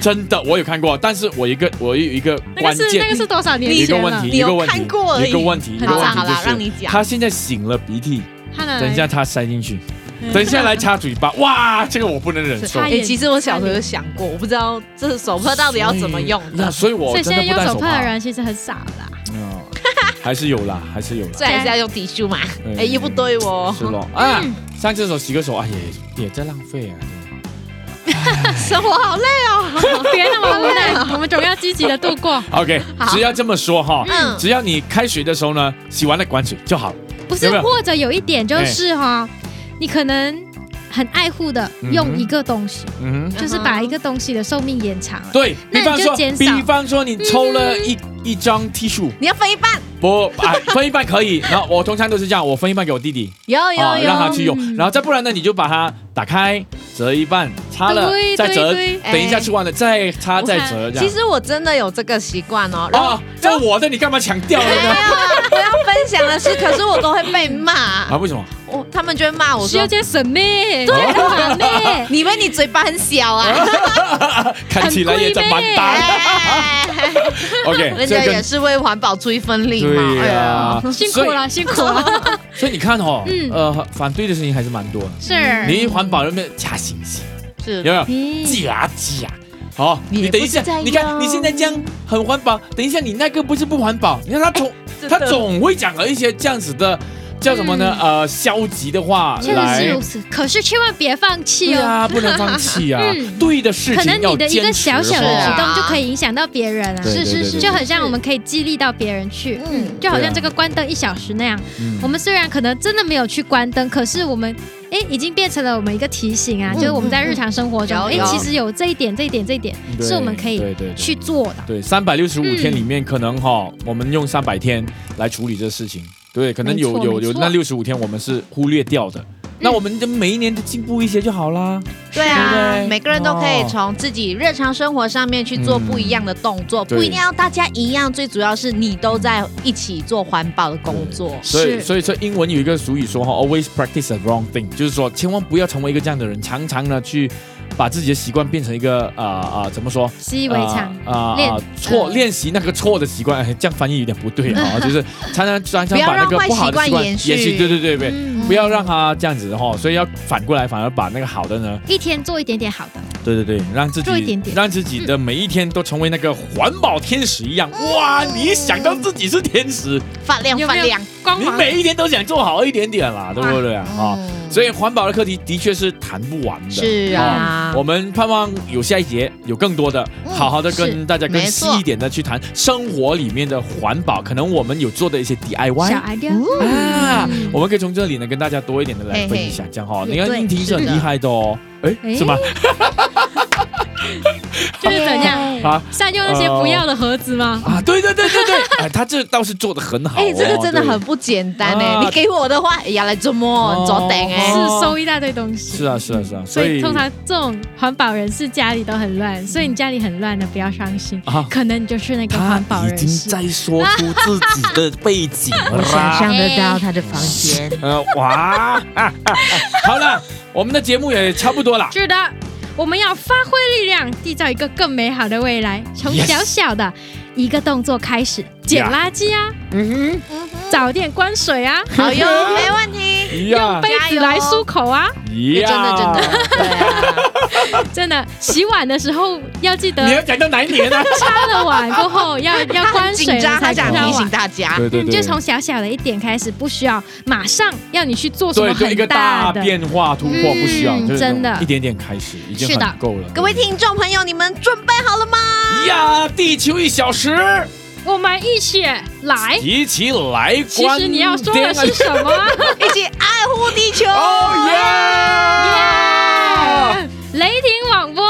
[SPEAKER 2] 真的我有看过，但是我一个我有一个
[SPEAKER 3] 那
[SPEAKER 2] 关
[SPEAKER 3] 个是那
[SPEAKER 2] 键
[SPEAKER 3] 个是啊多少年
[SPEAKER 2] 一
[SPEAKER 3] 前
[SPEAKER 2] 个
[SPEAKER 3] 了？
[SPEAKER 2] 问题，
[SPEAKER 1] 你
[SPEAKER 2] 一
[SPEAKER 1] 有
[SPEAKER 2] 个问
[SPEAKER 1] 看过而
[SPEAKER 2] 题，
[SPEAKER 1] 已
[SPEAKER 2] 一个问题，一个
[SPEAKER 1] 好啦
[SPEAKER 2] 问
[SPEAKER 1] 好
[SPEAKER 2] 题
[SPEAKER 1] 啦，让
[SPEAKER 2] 就是
[SPEAKER 1] 你讲。
[SPEAKER 2] 他现在擤了鼻涕，
[SPEAKER 3] 看来
[SPEAKER 2] 等一下他塞进去，等一下来插嘴巴，哇，这个我不能忍受。
[SPEAKER 3] 他
[SPEAKER 1] 哎、
[SPEAKER 3] 也
[SPEAKER 1] 其实我小时候有想过，我不知道这手帕到底要怎么用
[SPEAKER 2] 那
[SPEAKER 1] 的，
[SPEAKER 2] 所以我
[SPEAKER 3] 所以现
[SPEAKER 2] 真的
[SPEAKER 3] 在
[SPEAKER 2] 不
[SPEAKER 3] 用
[SPEAKER 2] 戴
[SPEAKER 3] 手帕
[SPEAKER 2] 帕
[SPEAKER 3] 的。人其实很少啦。
[SPEAKER 2] 嗯还是有啦，还是有啦。
[SPEAKER 1] 所以还是要用底袖嘛。哎、又不对哦，
[SPEAKER 2] 是咯啊，上厕所洗个手，哎也也在浪费啊。
[SPEAKER 1] 生活好累。
[SPEAKER 3] 哦 (laughs) 别那么啊无奈，我们总要积极的度过。
[SPEAKER 2] OK，
[SPEAKER 1] 好
[SPEAKER 2] 只要这么说哈，
[SPEAKER 1] 嗯
[SPEAKER 2] 只要你开水的时候呢，洗完了管水就好。
[SPEAKER 3] 不是
[SPEAKER 2] 有哎没，有
[SPEAKER 3] 或者有一点就是哈，你可能很爱护的
[SPEAKER 2] 嗯哼
[SPEAKER 3] 用一个东西，
[SPEAKER 2] 嗯哼，
[SPEAKER 3] 就是把一个东西的寿命延长了。
[SPEAKER 2] 对
[SPEAKER 3] 那
[SPEAKER 2] 比
[SPEAKER 3] 你
[SPEAKER 2] 方
[SPEAKER 3] 就
[SPEAKER 2] 说，
[SPEAKER 3] 减
[SPEAKER 2] 比
[SPEAKER 3] 少
[SPEAKER 2] 方说你抽了一一张 T 恤，
[SPEAKER 1] 你要分一半，
[SPEAKER 2] 不，哎，分一半可以。然后我通常都是这样，我分一半给我弟弟，
[SPEAKER 1] 有
[SPEAKER 3] 哎
[SPEAKER 1] 有
[SPEAKER 2] 啊，
[SPEAKER 1] 有，
[SPEAKER 2] 让他去用。
[SPEAKER 3] 嗯
[SPEAKER 2] 然后再不然呢，你就把它打开，折一半，擦了
[SPEAKER 3] 对
[SPEAKER 2] 再折，
[SPEAKER 3] 对
[SPEAKER 1] 对
[SPEAKER 2] 等一下吃完了再擦
[SPEAKER 3] 我
[SPEAKER 2] 再
[SPEAKER 3] 看
[SPEAKER 2] 折这
[SPEAKER 1] 其
[SPEAKER 2] 样。
[SPEAKER 1] 实我真的有这个习惯哦，然后、
[SPEAKER 2] 啊，这我的你干嘛强调了
[SPEAKER 1] 没有
[SPEAKER 2] 呢？
[SPEAKER 1] 啊，我要 (laughs) 分享的是，可是我都会被骂
[SPEAKER 2] 啊，，为什么？
[SPEAKER 1] 我他们就会骂我
[SPEAKER 3] 需
[SPEAKER 2] 啊
[SPEAKER 3] 要
[SPEAKER 1] 说
[SPEAKER 3] 些什么？
[SPEAKER 2] 哦
[SPEAKER 3] 对，
[SPEAKER 2] (laughs)
[SPEAKER 3] 什么？
[SPEAKER 1] 你以为你嘴巴很小啊？
[SPEAKER 2] 看起来也真蛮大。
[SPEAKER 1] 哎
[SPEAKER 2] OK，
[SPEAKER 1] (laughs) 人
[SPEAKER 2] 这
[SPEAKER 1] 家
[SPEAKER 2] 个
[SPEAKER 1] 也是为环保出一份力嘛。哎
[SPEAKER 2] 对呀、
[SPEAKER 3] 辛苦了，辛苦了，
[SPEAKER 2] 所以。所以你看哦，
[SPEAKER 3] 嗯
[SPEAKER 2] 呃，反对的声音还是蛮多的。
[SPEAKER 3] 是。
[SPEAKER 2] 你一环保人面假惺惺，
[SPEAKER 1] 是
[SPEAKER 2] 有没有？
[SPEAKER 3] 嗯
[SPEAKER 2] 假假。好，
[SPEAKER 1] 你
[SPEAKER 2] 你等一下
[SPEAKER 1] 也
[SPEAKER 3] 啊
[SPEAKER 1] 不是在，
[SPEAKER 2] 你看
[SPEAKER 1] 用
[SPEAKER 2] 你现在这样很环保，等一下你那个不是不环保，你看他
[SPEAKER 3] (laughs)
[SPEAKER 2] 总
[SPEAKER 1] 真
[SPEAKER 2] 他
[SPEAKER 1] 的
[SPEAKER 2] 总会讲了一些这样子的叫什么呢？呃，消极的话
[SPEAKER 3] 嗯确实是
[SPEAKER 2] 来
[SPEAKER 3] 如，此，可是千万别放弃
[SPEAKER 2] 对
[SPEAKER 3] 哦。
[SPEAKER 2] 啊，不能放弃啊，
[SPEAKER 3] (laughs) 嗯
[SPEAKER 2] 对的事
[SPEAKER 3] 可
[SPEAKER 2] 情
[SPEAKER 3] 能
[SPEAKER 2] 要
[SPEAKER 3] 你的一个
[SPEAKER 2] 坚持
[SPEAKER 3] 小小的
[SPEAKER 2] 哦
[SPEAKER 3] 举
[SPEAKER 1] 是
[SPEAKER 3] 动
[SPEAKER 1] 啊
[SPEAKER 3] 就可以影响到别人啊，
[SPEAKER 2] 对
[SPEAKER 1] 是是是，
[SPEAKER 3] 就很像我们可以激励到别人去，
[SPEAKER 1] 嗯，
[SPEAKER 3] 就好像
[SPEAKER 2] 对啊
[SPEAKER 3] 这个关灯一小时那样。
[SPEAKER 2] 嗯
[SPEAKER 3] 我们虽然可能真的没有去关灯，可是我们诶已经变成了我们一个提醒啊，
[SPEAKER 1] 嗯
[SPEAKER 3] 就是我们在日常生活中，
[SPEAKER 1] 嗯嗯
[SPEAKER 3] 诶
[SPEAKER 1] 有
[SPEAKER 3] 其实有这一点、这一点、这一点
[SPEAKER 2] 对
[SPEAKER 3] 是我们可以
[SPEAKER 2] 对对对
[SPEAKER 3] 去做的。
[SPEAKER 2] 对，三百六十五
[SPEAKER 3] 嗯
[SPEAKER 2] 天里面，可能哈、我们用三百天来处理这事情，对，可能有
[SPEAKER 3] 没错
[SPEAKER 2] 有有
[SPEAKER 3] 没错
[SPEAKER 1] 嗯
[SPEAKER 2] 那六十五天我们是忽略掉的，那我们就每一年就进步一些就好啦。
[SPEAKER 1] 对
[SPEAKER 2] 对不
[SPEAKER 1] 啊
[SPEAKER 2] 对，
[SPEAKER 1] 每个人都可以
[SPEAKER 2] 哦
[SPEAKER 1] 从自己日常生活上面去做不一样的动作，
[SPEAKER 2] 对
[SPEAKER 1] 不一定要大家一样，最主要是你都在一起做环保的工作。
[SPEAKER 2] 所以，
[SPEAKER 3] 是
[SPEAKER 2] 所以说英文有一个俗语说哈，always practice the wrong thing，就是说千万不要成为一个这样的人，常常呢去把自己的习惯变成一个啊啊、怎么说？
[SPEAKER 3] 习以为常。
[SPEAKER 2] 啊啊、
[SPEAKER 3] 练
[SPEAKER 2] 啊错
[SPEAKER 3] 嗯
[SPEAKER 2] 练习那个错的习惯，哎，这样翻译有点不对
[SPEAKER 1] (laughs)
[SPEAKER 2] 啊，就是常常常常
[SPEAKER 1] 不要
[SPEAKER 2] 把那个
[SPEAKER 1] 让坏
[SPEAKER 2] 不好的
[SPEAKER 1] 习
[SPEAKER 2] 习
[SPEAKER 1] 惯
[SPEAKER 2] 惯
[SPEAKER 1] 延续
[SPEAKER 2] 对对对对，
[SPEAKER 3] 嗯
[SPEAKER 2] 不要让它这样子哈，所以要反过来，反而把那个好的呢，
[SPEAKER 3] 一天做一点点好的，
[SPEAKER 2] 对对对，让自己
[SPEAKER 3] 做一点点
[SPEAKER 2] 让自己的每一天都成为那个环保天使一样，哇！你一想到自己是天使，
[SPEAKER 1] 发亮
[SPEAKER 3] 有
[SPEAKER 1] 发
[SPEAKER 3] 没有
[SPEAKER 1] 亮，
[SPEAKER 3] 光
[SPEAKER 2] 你
[SPEAKER 3] 芒？
[SPEAKER 2] 每一天都想做好一点点啦，对不对啊？啊
[SPEAKER 1] 嗯
[SPEAKER 2] 所以环保的课题的确是谈不完的。
[SPEAKER 1] 是啊，
[SPEAKER 2] 我们盼望有下一节有更多的，
[SPEAKER 1] 嗯
[SPEAKER 2] 好好的
[SPEAKER 1] 是
[SPEAKER 2] 跟大家更
[SPEAKER 1] 没
[SPEAKER 2] 细
[SPEAKER 1] 错
[SPEAKER 2] 一点的去谈生活里面的环保，可能我们有做的一些 DIY
[SPEAKER 3] 小 idea，
[SPEAKER 2] 啊
[SPEAKER 3] 嗯，
[SPEAKER 2] 我们可以从这里呢跟大家多一点的来
[SPEAKER 1] 嘿嘿
[SPEAKER 2] 分享，这样哈，你
[SPEAKER 1] 也对
[SPEAKER 2] 看婷是很
[SPEAKER 1] 是的
[SPEAKER 2] 厉害的哦，哎，
[SPEAKER 3] 哎
[SPEAKER 2] 是吗？
[SPEAKER 3] 就是怎样
[SPEAKER 2] 啊
[SPEAKER 3] 善用那些不要的盒子吗？
[SPEAKER 2] 啊，对对对对对，哎，他这倒是做的很好哦，
[SPEAKER 1] 哎、这个真的
[SPEAKER 2] 对
[SPEAKER 1] 很不简单哎、
[SPEAKER 2] 啊
[SPEAKER 1] 你给我的话，哎呀来这
[SPEAKER 2] 哦
[SPEAKER 1] 么左等哎，
[SPEAKER 2] 哦
[SPEAKER 3] 是收一大堆东西。
[SPEAKER 2] 是啊是啊是啊，
[SPEAKER 3] 所以通常这种环保人士家里都很乱，所以你家里很乱的不要伤心，
[SPEAKER 2] 啊，
[SPEAKER 3] 可能你就是那个
[SPEAKER 2] 他
[SPEAKER 3] 环保
[SPEAKER 2] 已
[SPEAKER 3] 人
[SPEAKER 2] 经
[SPEAKER 3] 士。
[SPEAKER 2] 在说出自己的背景
[SPEAKER 1] 我想
[SPEAKER 2] 啦。
[SPEAKER 1] 象得到他的房间。
[SPEAKER 2] 呃，哇，好了，我们的节目也差不多了。
[SPEAKER 3] 是的，我们要发挥力量，缔造一个更美好的未来。从
[SPEAKER 2] Yes
[SPEAKER 3] 小小的一个动作开始，捡
[SPEAKER 2] Yeah
[SPEAKER 3] 垃圾啊，
[SPEAKER 2] 嗯
[SPEAKER 1] 嗯哼
[SPEAKER 3] 早点关水
[SPEAKER 2] (laughs)
[SPEAKER 3] 啊，
[SPEAKER 1] 哎好哟，没问题。
[SPEAKER 2] 哼，
[SPEAKER 3] 用
[SPEAKER 2] 呀
[SPEAKER 3] 杯子来漱口啊。
[SPEAKER 2] (laughs) 呀，
[SPEAKER 1] 真的真的，对 (laughs) 啊，
[SPEAKER 3] 真的，洗碗的时候要记
[SPEAKER 2] 你
[SPEAKER 3] 得
[SPEAKER 2] 要讲到哪一年啊呢？
[SPEAKER 3] 擦了碗过后
[SPEAKER 1] (laughs)
[SPEAKER 3] 要要
[SPEAKER 1] 他
[SPEAKER 3] 关
[SPEAKER 1] 很
[SPEAKER 3] 水
[SPEAKER 1] 紧张，
[SPEAKER 3] 了
[SPEAKER 1] 他
[SPEAKER 3] 才
[SPEAKER 1] 想
[SPEAKER 3] 能擦
[SPEAKER 1] 提醒
[SPEAKER 3] 碗。
[SPEAKER 1] 大 (laughs) 家。
[SPEAKER 2] 对对
[SPEAKER 3] 嗯，
[SPEAKER 2] 对，
[SPEAKER 3] 就从小小的一点开始，不需要马上要你去做什么
[SPEAKER 2] 对对
[SPEAKER 3] 很
[SPEAKER 2] 一个
[SPEAKER 3] 大
[SPEAKER 2] 大
[SPEAKER 3] 的。
[SPEAKER 2] 变化突破不需要，
[SPEAKER 3] 嗯
[SPEAKER 2] 就是
[SPEAKER 3] 真的
[SPEAKER 2] 一点点开始已经
[SPEAKER 3] 是的
[SPEAKER 2] 很够了。
[SPEAKER 1] 各位听众朋友，你们准备好了
[SPEAKER 2] (laughs)
[SPEAKER 1] 吗？
[SPEAKER 2] 呀，地球一小时，
[SPEAKER 3] 哎我们一起来。
[SPEAKER 2] 一起来
[SPEAKER 3] 其
[SPEAKER 2] 关。
[SPEAKER 3] 实你要说的是什么啊？
[SPEAKER 1] 一起爱护地球。
[SPEAKER 2] 哦耶！
[SPEAKER 3] 雷霆广播，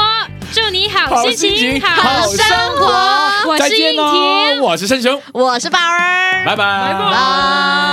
[SPEAKER 3] 祝你好心情，
[SPEAKER 2] 好
[SPEAKER 3] 好
[SPEAKER 2] 心
[SPEAKER 3] 生
[SPEAKER 2] 情
[SPEAKER 3] 活。我
[SPEAKER 2] 再
[SPEAKER 3] 是应
[SPEAKER 2] 见
[SPEAKER 3] 婷，
[SPEAKER 2] 哦，我是申雄，
[SPEAKER 1] 我是宝儿，
[SPEAKER 2] 拜拜，
[SPEAKER 3] 拜拜
[SPEAKER 1] 拜。